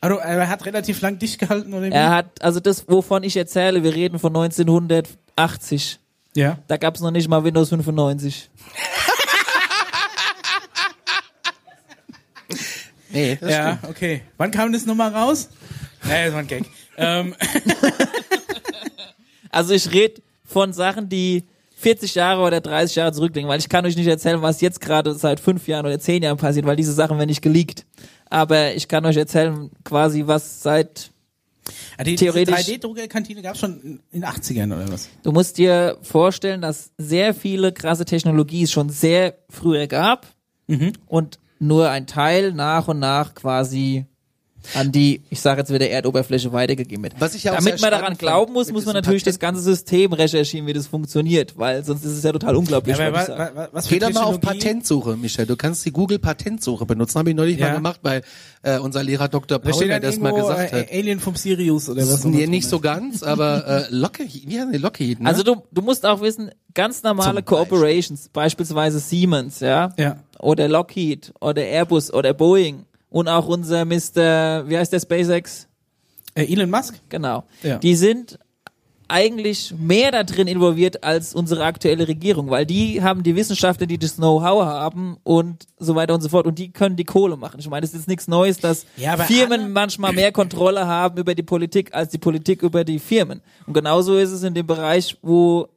Speaker 3: Also, aber er hat relativ lang dicht gehalten, oder wie?
Speaker 4: Er hat, also das, wovon ich erzähle, wir reden von 1980.
Speaker 3: ja.
Speaker 4: Da gab's noch nicht mal Windows 95. nee.
Speaker 3: Ja, okay. Wann kam das nochmal raus? Naja, das war ein Gag. ähm,
Speaker 4: Also ich rede von Sachen, die 40 Jahre oder 30 Jahre zurückliegen, weil ich kann euch nicht erzählen, was jetzt gerade seit fünf Jahren oder zehn Jahren passiert, weil diese Sachen werden nicht geleakt. Aber ich kann euch erzählen, quasi was seit
Speaker 3: ah, die
Speaker 4: Theoretisch-
Speaker 3: 3D-Druckerkantine gab es schon in- in den 80ern oder was?
Speaker 4: Du musst dir vorstellen, dass sehr viele krasse Technologie es schon sehr früher gab
Speaker 2: Mhm.
Speaker 4: und nur ein Teil nach und nach quasi an die, ich sage jetzt wieder Erdoberfläche weitergegeben wird.
Speaker 2: Was ich ja auch
Speaker 4: Damit
Speaker 2: sehr
Speaker 4: man daran
Speaker 2: spannend fand,
Speaker 4: glauben muss,
Speaker 2: mit
Speaker 4: muss man
Speaker 2: diesem
Speaker 4: natürlich das
Speaker 2: Patent.
Speaker 4: ganze System recherchieren, wie das funktioniert, weil sonst ist es ja total unglaublich.
Speaker 3: Ja, aber
Speaker 4: würd ich
Speaker 3: wa-
Speaker 4: sagen.
Speaker 3: wa- wa- was für
Speaker 2: Geh doch mal auf
Speaker 3: Technologie-
Speaker 2: Patentsuche, Michel. Du kannst die Google Patentsuche benutzen. Habe ich neulich
Speaker 3: Ja.
Speaker 2: mal gemacht, weil äh, unser Lehrer Dr.
Speaker 3: Da
Speaker 2: Paul
Speaker 3: steht
Speaker 2: mir
Speaker 3: dann
Speaker 2: das mal
Speaker 3: irgendwo,
Speaker 2: gesagt
Speaker 3: äh,
Speaker 2: hat.
Speaker 3: Alien vom Sirius oder was?
Speaker 2: Das ist
Speaker 3: noch
Speaker 2: nee,
Speaker 3: drin
Speaker 2: nicht
Speaker 3: ist.
Speaker 2: so ganz, aber äh, Lockheed, wie heißen die Lockheed, ne?
Speaker 4: Also du, du musst auch wissen, ganz normale
Speaker 2: Zum Beispiel.
Speaker 4: Corporations, beispielsweise Siemens, ja,
Speaker 3: Ja.
Speaker 4: oder Lockheed oder Airbus oder Boeing und auch unser Mr. Wie heißt der SpaceX?
Speaker 3: Äh, Elon Musk?
Speaker 4: Genau.
Speaker 3: Ja.
Speaker 4: Die sind eigentlich mehr da drin involviert als unsere aktuelle Regierung, weil die haben die Wissenschaftler, die das Know-how haben und so weiter und so fort und die können die Kohle machen. Ich meine, das ist nichts Neues, dass
Speaker 3: Ja, aber
Speaker 4: Firmen
Speaker 3: Anna-
Speaker 4: manchmal mehr Kontrolle haben über die Politik als die Politik über die Firmen. Und genauso ist es in dem Bereich, wo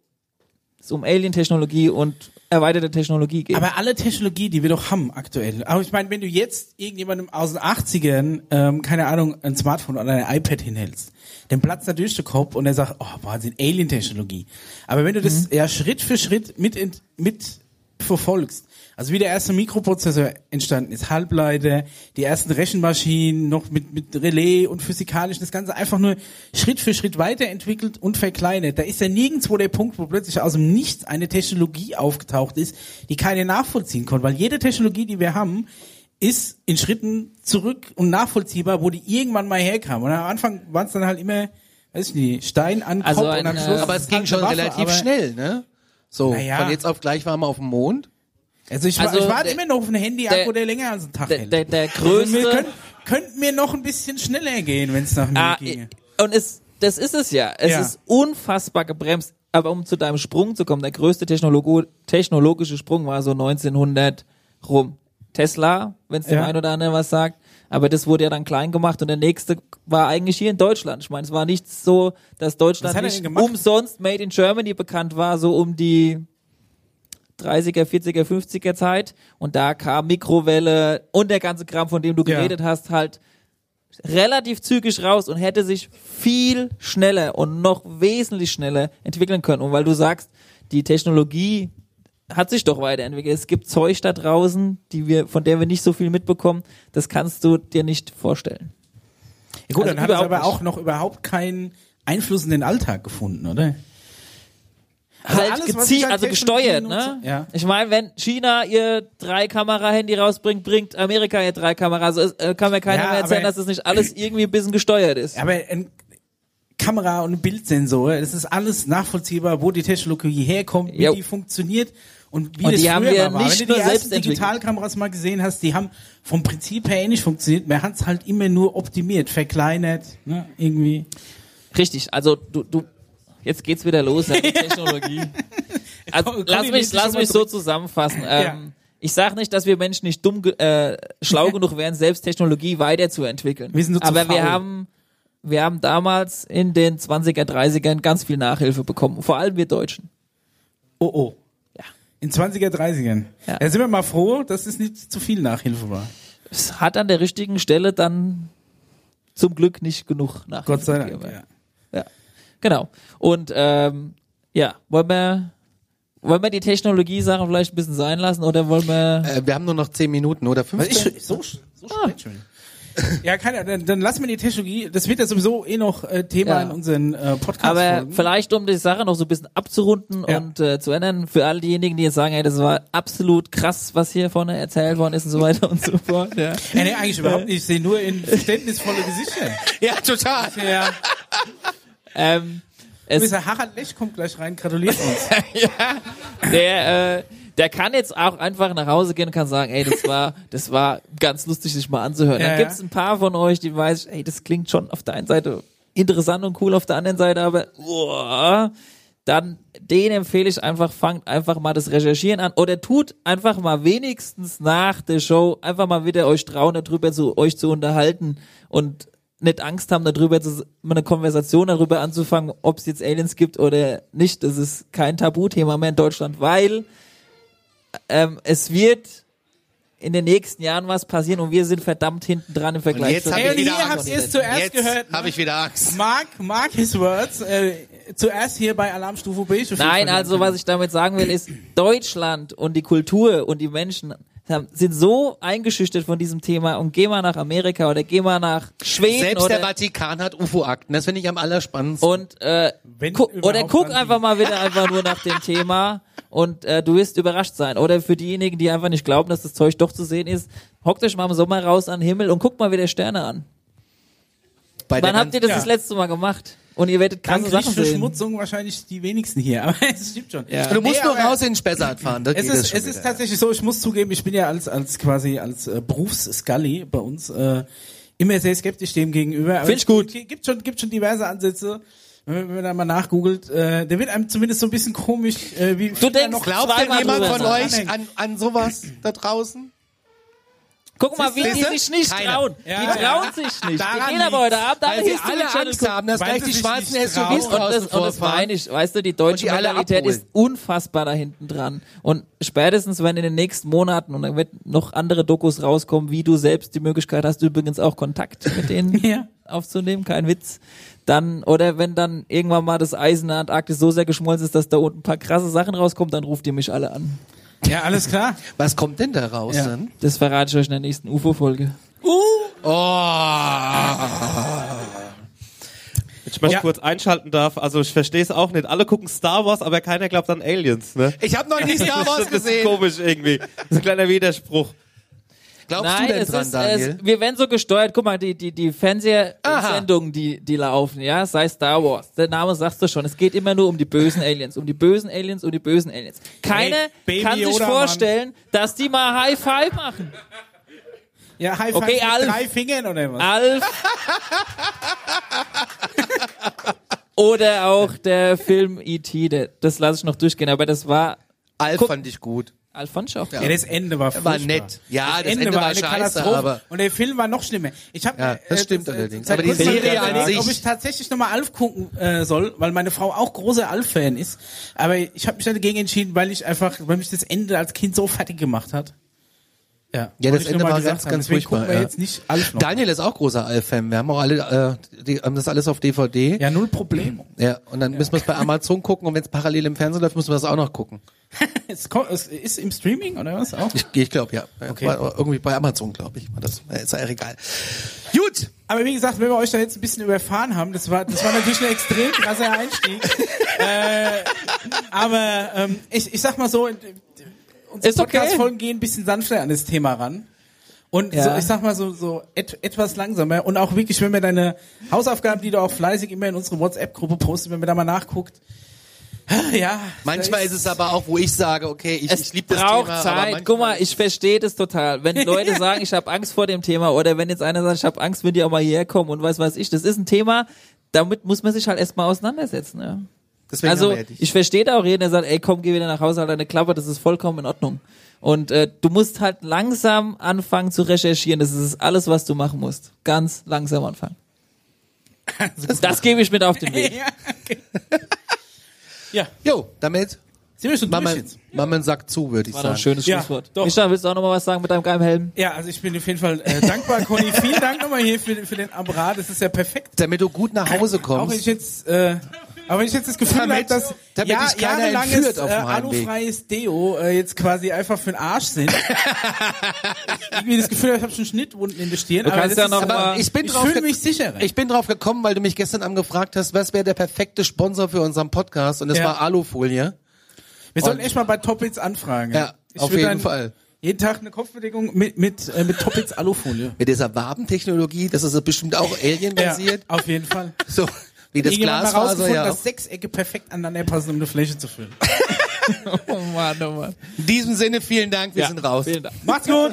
Speaker 4: es um Alien-Technologie und erweiterte Technologie geht.
Speaker 3: Aber alle Technologie, die wir doch haben aktuell. Aber ich meine, wenn du jetzt irgendjemandem aus den 80ern, ähm, keine Ahnung, ein Smartphone oder ein iPad hinhältst, dann platzt natürlich der Kopf und er sagt, oh Wahnsinn, Alien-Technologie. Aber wenn du das ja Schritt für Schritt mit, in- mit verfolgst, also wie der erste Mikroprozessor entstanden ist, Halbleiter, die ersten Rechenmaschinen noch mit, mit Relais und physikalisch, das Ganze einfach nur Schritt für Schritt weiterentwickelt und verkleinert. Da ist ja nirgendwo der Punkt, wo plötzlich aus dem Nichts eine Technologie aufgetaucht ist, die keine nachvollziehen konnte, weil jede Technologie, die wir haben, ist in Schritten zurück und nachvollziehbar, wo die irgendwann mal herkam. Und am Anfang waren es dann halt immer, weiß ich nicht, Stein an Kopf
Speaker 4: Also ein,
Speaker 3: und am
Speaker 4: äh,
Speaker 3: Schluss.
Speaker 2: aber es ging
Speaker 3: halt
Speaker 2: schon
Speaker 3: eine Waffe,
Speaker 2: relativ
Speaker 3: aber-
Speaker 2: schnell, ne? So,
Speaker 3: Naja.
Speaker 2: von jetzt auf gleich waren wir auf dem Mond.
Speaker 3: Also ich, wa-
Speaker 4: Also
Speaker 3: ich warte
Speaker 4: der-
Speaker 3: immer noch auf einen Handy-Akku,
Speaker 4: der-
Speaker 3: der länger als einen Tag
Speaker 4: der,
Speaker 3: hält.
Speaker 4: der, der
Speaker 3: Also wir
Speaker 4: größte...
Speaker 3: können, könnten wir noch ein bisschen schneller gehen, wenn es nach mir
Speaker 4: Ah,
Speaker 3: ginge.
Speaker 4: i- und es, das ist es ja. Es
Speaker 3: Ja.
Speaker 4: ist unfassbar gebremst. Aber um zu deinem Sprung zu kommen, der größte Technologo technologische Sprung war so 1900 rum. Tesla, wenn es dem
Speaker 3: Ja.
Speaker 4: einen oder anderen was sagt. Aber das wurde ja dann klein gemacht und der nächste war eigentlich hier in Deutschland. Ich meine, es war nicht so, dass
Speaker 3: Was
Speaker 4: Deutschland
Speaker 3: hat er
Speaker 4: nicht
Speaker 3: denn gemacht?
Speaker 4: umsonst Made in Germany bekannt war, so um die 30er, 40er, 50er Zeit. Und da kam Mikrowelle und der ganze Kram, von dem du
Speaker 3: Ja.
Speaker 4: geredet hast, halt relativ zügig raus und hätte sich viel schneller und noch wesentlich schneller entwickeln können. Und weil du sagst, die Technologie hat sich doch weiterentwickelt. Es gibt Zeug da draußen, die wir, von der wir nicht so viel mitbekommen. Das kannst du dir nicht vorstellen.
Speaker 3: Ja, gut,
Speaker 4: Also
Speaker 3: dann hat es
Speaker 4: überhaupt
Speaker 3: aber
Speaker 4: nicht.
Speaker 3: auch noch überhaupt keinen Einfluss in den Alltag gefunden, oder?
Speaker 4: halt
Speaker 3: alles, was ich
Speaker 4: gezielt,
Speaker 3: an
Speaker 4: also
Speaker 3: Technologie
Speaker 4: gesteuert,
Speaker 3: nutze-
Speaker 4: ne?
Speaker 3: Ja.
Speaker 4: Ich meine, wenn China ihr drei Kamera-Handy rausbringt, bringt Amerika ihr drei Kamera. Also es, äh, kann mir keiner
Speaker 3: Ja,
Speaker 4: mehr erzählen,
Speaker 3: aber-
Speaker 4: dass das nicht alles irgendwie ein bisschen gesteuert ist.
Speaker 3: Aber ein Kamera und ein Bildsensor, das ist alles nachvollziehbar, wo die Technologie herkommt, wie
Speaker 4: Jo.
Speaker 3: die funktioniert. Und wie
Speaker 4: Und
Speaker 3: das
Speaker 4: die haben
Speaker 3: früher
Speaker 4: wir
Speaker 3: mal war.
Speaker 4: nicht
Speaker 3: Wenn du
Speaker 4: nur
Speaker 3: die
Speaker 4: selbst
Speaker 3: ersten
Speaker 4: entwickelt.
Speaker 3: Digitalkameras mal gesehen hast, die haben vom Prinzip her ähnlich funktioniert. Man hat es halt immer nur optimiert, verkleinert, ne? irgendwie.
Speaker 4: Richtig, also du, du jetzt geht's wieder los, ja, mit Technologie. Also,
Speaker 3: Conny
Speaker 4: lass
Speaker 3: nimmt
Speaker 4: mich,
Speaker 3: sich
Speaker 4: lass
Speaker 3: schon
Speaker 4: mich
Speaker 3: mal
Speaker 4: so
Speaker 3: zurück.
Speaker 4: zusammenfassen. Ähm, Ich sage nicht, dass wir Menschen nicht dumm, ge- äh, schlau genug wären, selbst Technologie weiterzuentwickeln.
Speaker 3: Wir sind nur zu
Speaker 4: Aber wir
Speaker 3: faul.
Speaker 4: haben, wir haben damals in den 20er, 30ern ganz viel Nachhilfe bekommen. Vor allem wir Deutschen.
Speaker 3: Oh oh.
Speaker 4: Ja.
Speaker 3: In 20er, 30ern.
Speaker 4: Ja.
Speaker 3: Da sind wir mal froh, dass es nicht zu viel Nachhilfe war.
Speaker 4: Es hat an der richtigen Stelle dann zum Glück nicht genug Nachhilfe.
Speaker 3: Gott sei Dank.
Speaker 4: gegeben.
Speaker 3: Ja.
Speaker 4: Genau. Und ähm, ja, wollen wir, wollen wir die Technologie-Sachen vielleicht ein bisschen sein lassen oder wollen wir.
Speaker 2: Äh, wir haben nur noch 10 Minuten oder 15.
Speaker 3: so, so
Speaker 4: Ah.
Speaker 3: spät schon. Ja, keine, dann, dann lassen wir die Technologie, das wird ja sowieso eh noch äh, Thema
Speaker 4: Ja.
Speaker 3: in unseren äh, Podcast.
Speaker 4: Aber
Speaker 3: Folgen.
Speaker 4: vielleicht, um die Sache noch so ein bisschen abzurunden
Speaker 3: Ja.
Speaker 4: und äh, zu ändern, für all diejenigen, die jetzt sagen, hey, das war absolut krass, was hier vorne erzählt worden ist und so weiter und so fort. Ja.
Speaker 3: Ja, nee, eigentlich
Speaker 4: Äh.
Speaker 3: überhaupt nicht. Ich sehe nur in verständnisvolle Gesichter.
Speaker 2: Ja, total.
Speaker 3: Ja.
Speaker 4: Ähm, es,
Speaker 3: Mr. Harald Lech kommt gleich rein, gratuliert uns.
Speaker 4: der, äh, der kann jetzt auch einfach nach Hause gehen und kann sagen, ey, das war, das war ganz lustig, sich mal anzuhören.
Speaker 3: Ja,
Speaker 4: Dann
Speaker 3: ja.
Speaker 4: gibt's ein paar von euch, die weiß ich, ey, das klingt schon auf der einen Seite interessant und cool, auf der anderen Seite aber, uah, dann den empfehle ich einfach, fangt einfach mal das Recherchieren an oder tut einfach mal wenigstens nach der Show einfach mal wieder euch trauen, darüber zu euch zu unterhalten und nicht Angst haben, darüber zu, eine Konversation darüber anzufangen, ob es jetzt Aliens gibt oder nicht. Das ist kein Tabuthema mehr in Deutschland, weil ähm, es wird in den nächsten Jahren was passieren und wir sind verdammt hinten dran im Vergleich.
Speaker 2: jetzt
Speaker 4: zu-
Speaker 2: hab ich
Speaker 3: Ey, und
Speaker 2: wieder
Speaker 3: ihr
Speaker 2: Angst.
Speaker 3: habt es zuerst gehört.
Speaker 2: Jetzt habe ich wieder Angst.
Speaker 3: Mark, mark his words. Äh, zuerst hier bei Alarmstufe B.
Speaker 4: Nein, also was ich damit sagen will, ist, Deutschland und die Kultur und die Menschen haben- sind so eingeschüchtert von diesem Thema und geh mal nach Amerika oder geh mal nach Schweden
Speaker 2: Selbst der
Speaker 4: oder,
Speaker 2: Vatikan hat UFO-Akten. Das finde ich am allerspannendsten.
Speaker 4: und äh,
Speaker 3: Wenn
Speaker 4: gu
Speaker 3: überhaupt,
Speaker 4: oder guck
Speaker 3: dann
Speaker 4: einfach mal wieder einfach nur nach dem Thema und äh, du wirst überrascht sein. Oder für diejenigen, die einfach nicht glauben, dass das Zeug doch zu sehen ist, hockt euch mal im Sommer raus an den Himmel und guckt mal wieder Sterne an.
Speaker 2: Bei der
Speaker 4: Wann habt ihr
Speaker 2: ganzen-
Speaker 4: das
Speaker 3: Ja.
Speaker 4: das letzte Mal gemacht? Und ihr werdet krasse
Speaker 3: Dank
Speaker 4: Sachen sehen.
Speaker 3: Lichtverschmutzung wahrscheinlich die wenigsten hier, aber es stimmt schon.
Speaker 4: Ja.
Speaker 2: Du musst
Speaker 3: Nee,
Speaker 2: nur
Speaker 3: aber-
Speaker 2: raus in den Spessart fahren. Da
Speaker 3: Es
Speaker 2: geht
Speaker 3: ist,
Speaker 2: schon
Speaker 3: es ist
Speaker 2: wieder.
Speaker 3: tatsächlich so, ich muss zugeben, ich bin ja als, als quasi als äh, Berufs-Scully bei uns äh, immer sehr skeptisch dem gegenüber. Aber
Speaker 4: Find ich
Speaker 3: es
Speaker 4: gut.
Speaker 3: gi- Gibt schon, gibt schon diverse Ansätze. Wenn man, wenn man da mal nachgoogelt, äh, der wird einem zumindest so ein bisschen komisch, äh, wie
Speaker 4: Du denkst,
Speaker 3: noch
Speaker 2: Glaubt denn
Speaker 4: Zweimal
Speaker 2: jemand
Speaker 4: drüber
Speaker 2: von
Speaker 4: sein.
Speaker 2: euch an, an sowas da draußen?
Speaker 4: Guck mal, wie die
Speaker 2: Siehste?
Speaker 4: sich nicht
Speaker 2: Keiner.
Speaker 4: trauen.
Speaker 3: Ja,
Speaker 4: die
Speaker 3: ja.
Speaker 4: trauen sich nicht.
Speaker 3: Daran
Speaker 4: die gehen aber heute Abend
Speaker 2: Weil
Speaker 4: alle
Speaker 2: sie
Speaker 4: History
Speaker 2: alle
Speaker 4: Channel
Speaker 2: Angst
Speaker 4: gucken.
Speaker 2: haben, dass
Speaker 3: Weil
Speaker 2: gleich
Speaker 3: sie
Speaker 2: die
Speaker 3: sich
Speaker 2: schwarzen
Speaker 3: nicht trauen.
Speaker 2: SUVs
Speaker 3: Und
Speaker 4: Und das,
Speaker 2: draußen
Speaker 4: und das meine
Speaker 2: vorfahren.
Speaker 4: ich, weißt du, die deutsche
Speaker 2: Und die alle
Speaker 4: Mentalität
Speaker 2: abholen.
Speaker 4: ist unfassbar da hinten dran. Und spätestens, wenn in den nächsten Monaten, und dann wird noch andere Dokus rauskommen, wie du selbst die Möglichkeit hast, übrigens auch Kontakt mit denen
Speaker 3: Ja.
Speaker 4: aufzunehmen, kein Witz. Dann, oder wenn dann irgendwann mal das Eis in der Antarktis so sehr geschmolzen ist, dass da unten ein paar krasse Sachen rauskommen, dann ruft ihr mich alle an.
Speaker 3: Ja, alles klar.
Speaker 2: Was kommt denn da raus
Speaker 3: Ja.
Speaker 2: denn?
Speaker 4: Das verrate ich euch in der nächsten UFO-Folge.
Speaker 2: Oh.
Speaker 5: Wenn ich mal
Speaker 3: Ja.
Speaker 5: kurz einschalten darf, also ich verstehe es auch nicht. Alle gucken Star Wars, aber keiner glaubt an Aliens, ne?
Speaker 2: Ich habe noch nie Star Wars
Speaker 5: Das ist
Speaker 2: gesehen.
Speaker 5: komisch irgendwie. Das ist ein kleiner Widerspruch.
Speaker 2: Glaubst
Speaker 4: Nein,
Speaker 2: du denn
Speaker 4: es
Speaker 2: dran,
Speaker 4: ist,
Speaker 2: Daniel?
Speaker 4: Es, wir werden so gesteuert. Guck mal, die, die, die
Speaker 2: Aha.
Speaker 4: Fernsehsendungen, die, die laufen, ja, sei Star Wars. Der Name sagst du schon. Es geht immer nur um die bösen Aliens, um die bösen Aliens, um die bösen Aliens. Keiner
Speaker 3: Baby
Speaker 4: kann sich
Speaker 3: Yoda, Mann.
Speaker 4: vorstellen, dass die mal High Five machen.
Speaker 3: Ja, High Five
Speaker 4: Okay,
Speaker 3: mit
Speaker 4: Alf.
Speaker 3: drei Fingern oder was?
Speaker 4: Alf. Oder auch der Film E.T., der- das lasse ich noch durchgehen, aber das war
Speaker 2: Alf
Speaker 4: guck-
Speaker 2: fand ich gut.
Speaker 4: Alf fand ich auch.
Speaker 3: Ja, das Ende war
Speaker 2: War
Speaker 3: furchtbar.
Speaker 2: nett. Ja, das, Ende, war, scheiße, aber
Speaker 3: und der Film war noch schlimmer. Ich hab, äh,
Speaker 2: Ja, das stimmt allerdings. Aber die
Speaker 3: kurzem
Speaker 2: Serie
Speaker 3: überlegt,
Speaker 2: an sich-
Speaker 3: Ob ich tatsächlich nochmal Alf gucken äh, soll, weil meine Frau auch großer Alf-Fan ist. Aber ich habe mich dann dagegen entschieden, weil ich einfach, weil mich das Ende als Kind so fertig gemacht hat. Ja,
Speaker 2: Ja,
Speaker 3: wollte
Speaker 2: das
Speaker 3: ich
Speaker 2: Ende
Speaker 3: nur mal
Speaker 2: war
Speaker 3: gesagt
Speaker 2: ganz,
Speaker 3: haben.
Speaker 2: ganz
Speaker 3: Deswegen
Speaker 2: furchtbar,
Speaker 3: gucken wir
Speaker 2: ja.
Speaker 3: jetzt nicht Alf noch.
Speaker 2: Daniel ist auch großer Alf-Fan. Wir haben auch alle, äh, die haben das alles auf DVD. Ja,
Speaker 3: Ja, null Problem.
Speaker 2: und dann müssen wir es bei Amazon gucken und wenn es parallel im Fernsehen läuft, müssen wir das auch noch gucken.
Speaker 3: es, ko- es ist im Streaming oder was auch?
Speaker 2: Ich, ich glaube, ja. Okay. War irgendwie bei Amazon, glaube ich. War das ist ja egal. Gut.
Speaker 3: Aber wie gesagt, wenn wir euch da jetzt ein bisschen überfahren haben, das war, das war natürlich ein extrem krasser Einstieg. äh, aber ähm, ich, ich sag mal so, unsere
Speaker 4: Ist okay.
Speaker 3: Podcast-Folgen gehen ein bisschen sanfter an das Thema ran. Und
Speaker 4: Ja.
Speaker 3: so, ich sag mal so, so et, etwas langsamer. Und auch wirklich, wenn wir deine Hausaufgaben, die du auch fleißig immer in unsere WhatsApp-Gruppe postest, wenn man da mal nachguckt, Ah, Ja.
Speaker 2: Manchmal ist es aber auch, wo ich sage, okay, ich, ich liebe das
Speaker 4: braucht
Speaker 2: Thema. aber manchmal-
Speaker 4: Zeit. Guck mal, ich verstehe das total. Wenn Leute sagen, ich habe Angst vor dem Thema oder wenn jetzt einer sagt, ich habe Angst, wenn die auch mal hierher kommen und was weiß ich, das ist ein Thema, damit muss man sich halt erstmal auseinandersetzen. Ja.
Speaker 2: Deswegen haben
Speaker 4: also
Speaker 2: wir ja dich.
Speaker 4: ich verstehe da auch jeden, der sagt, ey komm, geh wieder nach Hause, halt deine Klappe, das ist vollkommen in Ordnung. Und äh, du musst halt langsam anfangen zu recherchieren. Das ist alles, was du machen musst. Ganz langsam anfangen. Das, das gebe ich mit auf den Weg.
Speaker 3: Ja, genau. okay.
Speaker 2: Jo, damit
Speaker 3: Sind wir schon durch
Speaker 2: Maman,
Speaker 3: jetzt?
Speaker 2: Maman sagt zu, würde ich
Speaker 4: War doch ein
Speaker 2: sagen.
Speaker 4: schönes
Speaker 3: Ja,
Speaker 4: Schlusswort.
Speaker 3: doch.
Speaker 4: Micha, willst du auch nochmal was sagen mit deinem geilen Helm?
Speaker 3: Ja, also ich bin auf jeden Fall äh, dankbar, Conny. Vielen Dank nochmal hier für, für den Abrat. Das ist ja perfekt.
Speaker 2: Damit du gut nach Hause
Speaker 3: Auch wenn
Speaker 2: kommst.
Speaker 3: ich jetzt, äh, auch wenn ich jetzt das Gefühl
Speaker 2: Damit-
Speaker 3: habe, dass
Speaker 2: damit
Speaker 3: ja,
Speaker 2: dich keiner
Speaker 3: jahrelanges
Speaker 2: entführt
Speaker 3: äh,
Speaker 2: auf dem Heimweg.
Speaker 3: alufreies Deo äh, jetzt quasi einfach für den Arsch sind. Irgendwie das Gefühl, ich habe schon Schnittwunden in der Stirn.
Speaker 4: Du kannst
Speaker 3: das
Speaker 4: ja noch
Speaker 3: ist-
Speaker 4: mal-
Speaker 2: Aber ich bin
Speaker 3: ich
Speaker 2: drauf ge-
Speaker 3: fühle mich sicherer.
Speaker 2: Ich bin drauf gekommen, weil du mich gestern Abend gefragt hast, was wäre der perfekte Sponsor für unseren Podcast und das
Speaker 3: Ja.
Speaker 2: war Alufolie.
Speaker 3: Wir sollten
Speaker 2: Und-
Speaker 3: echt mal bei Toppits anfragen.
Speaker 2: Ja,
Speaker 3: Ich
Speaker 2: auf
Speaker 3: würd
Speaker 2: jeden
Speaker 3: dann
Speaker 2: Fall.
Speaker 3: Jeden Tag eine Kopfbedeckung mit mit äh, mit Toppits Alufolie.
Speaker 2: Mit dieser Wabentechnologie, das ist bestimmt auch alienbasiert.
Speaker 3: auf jeden Fall.
Speaker 2: So, wie das
Speaker 3: Irgendjemand
Speaker 2: Glas
Speaker 3: hat mal
Speaker 2: war, so
Speaker 3: rausgefunden,
Speaker 2: ja.
Speaker 3: dass Sechsecke perfekt aneinander passen, um eine Fläche zu füllen.
Speaker 4: Oh Mann, oh Mann.
Speaker 2: In diesem Sinne, vielen Dank, wir sind raus.
Speaker 4: Vielen Dank.
Speaker 3: Macht's gut!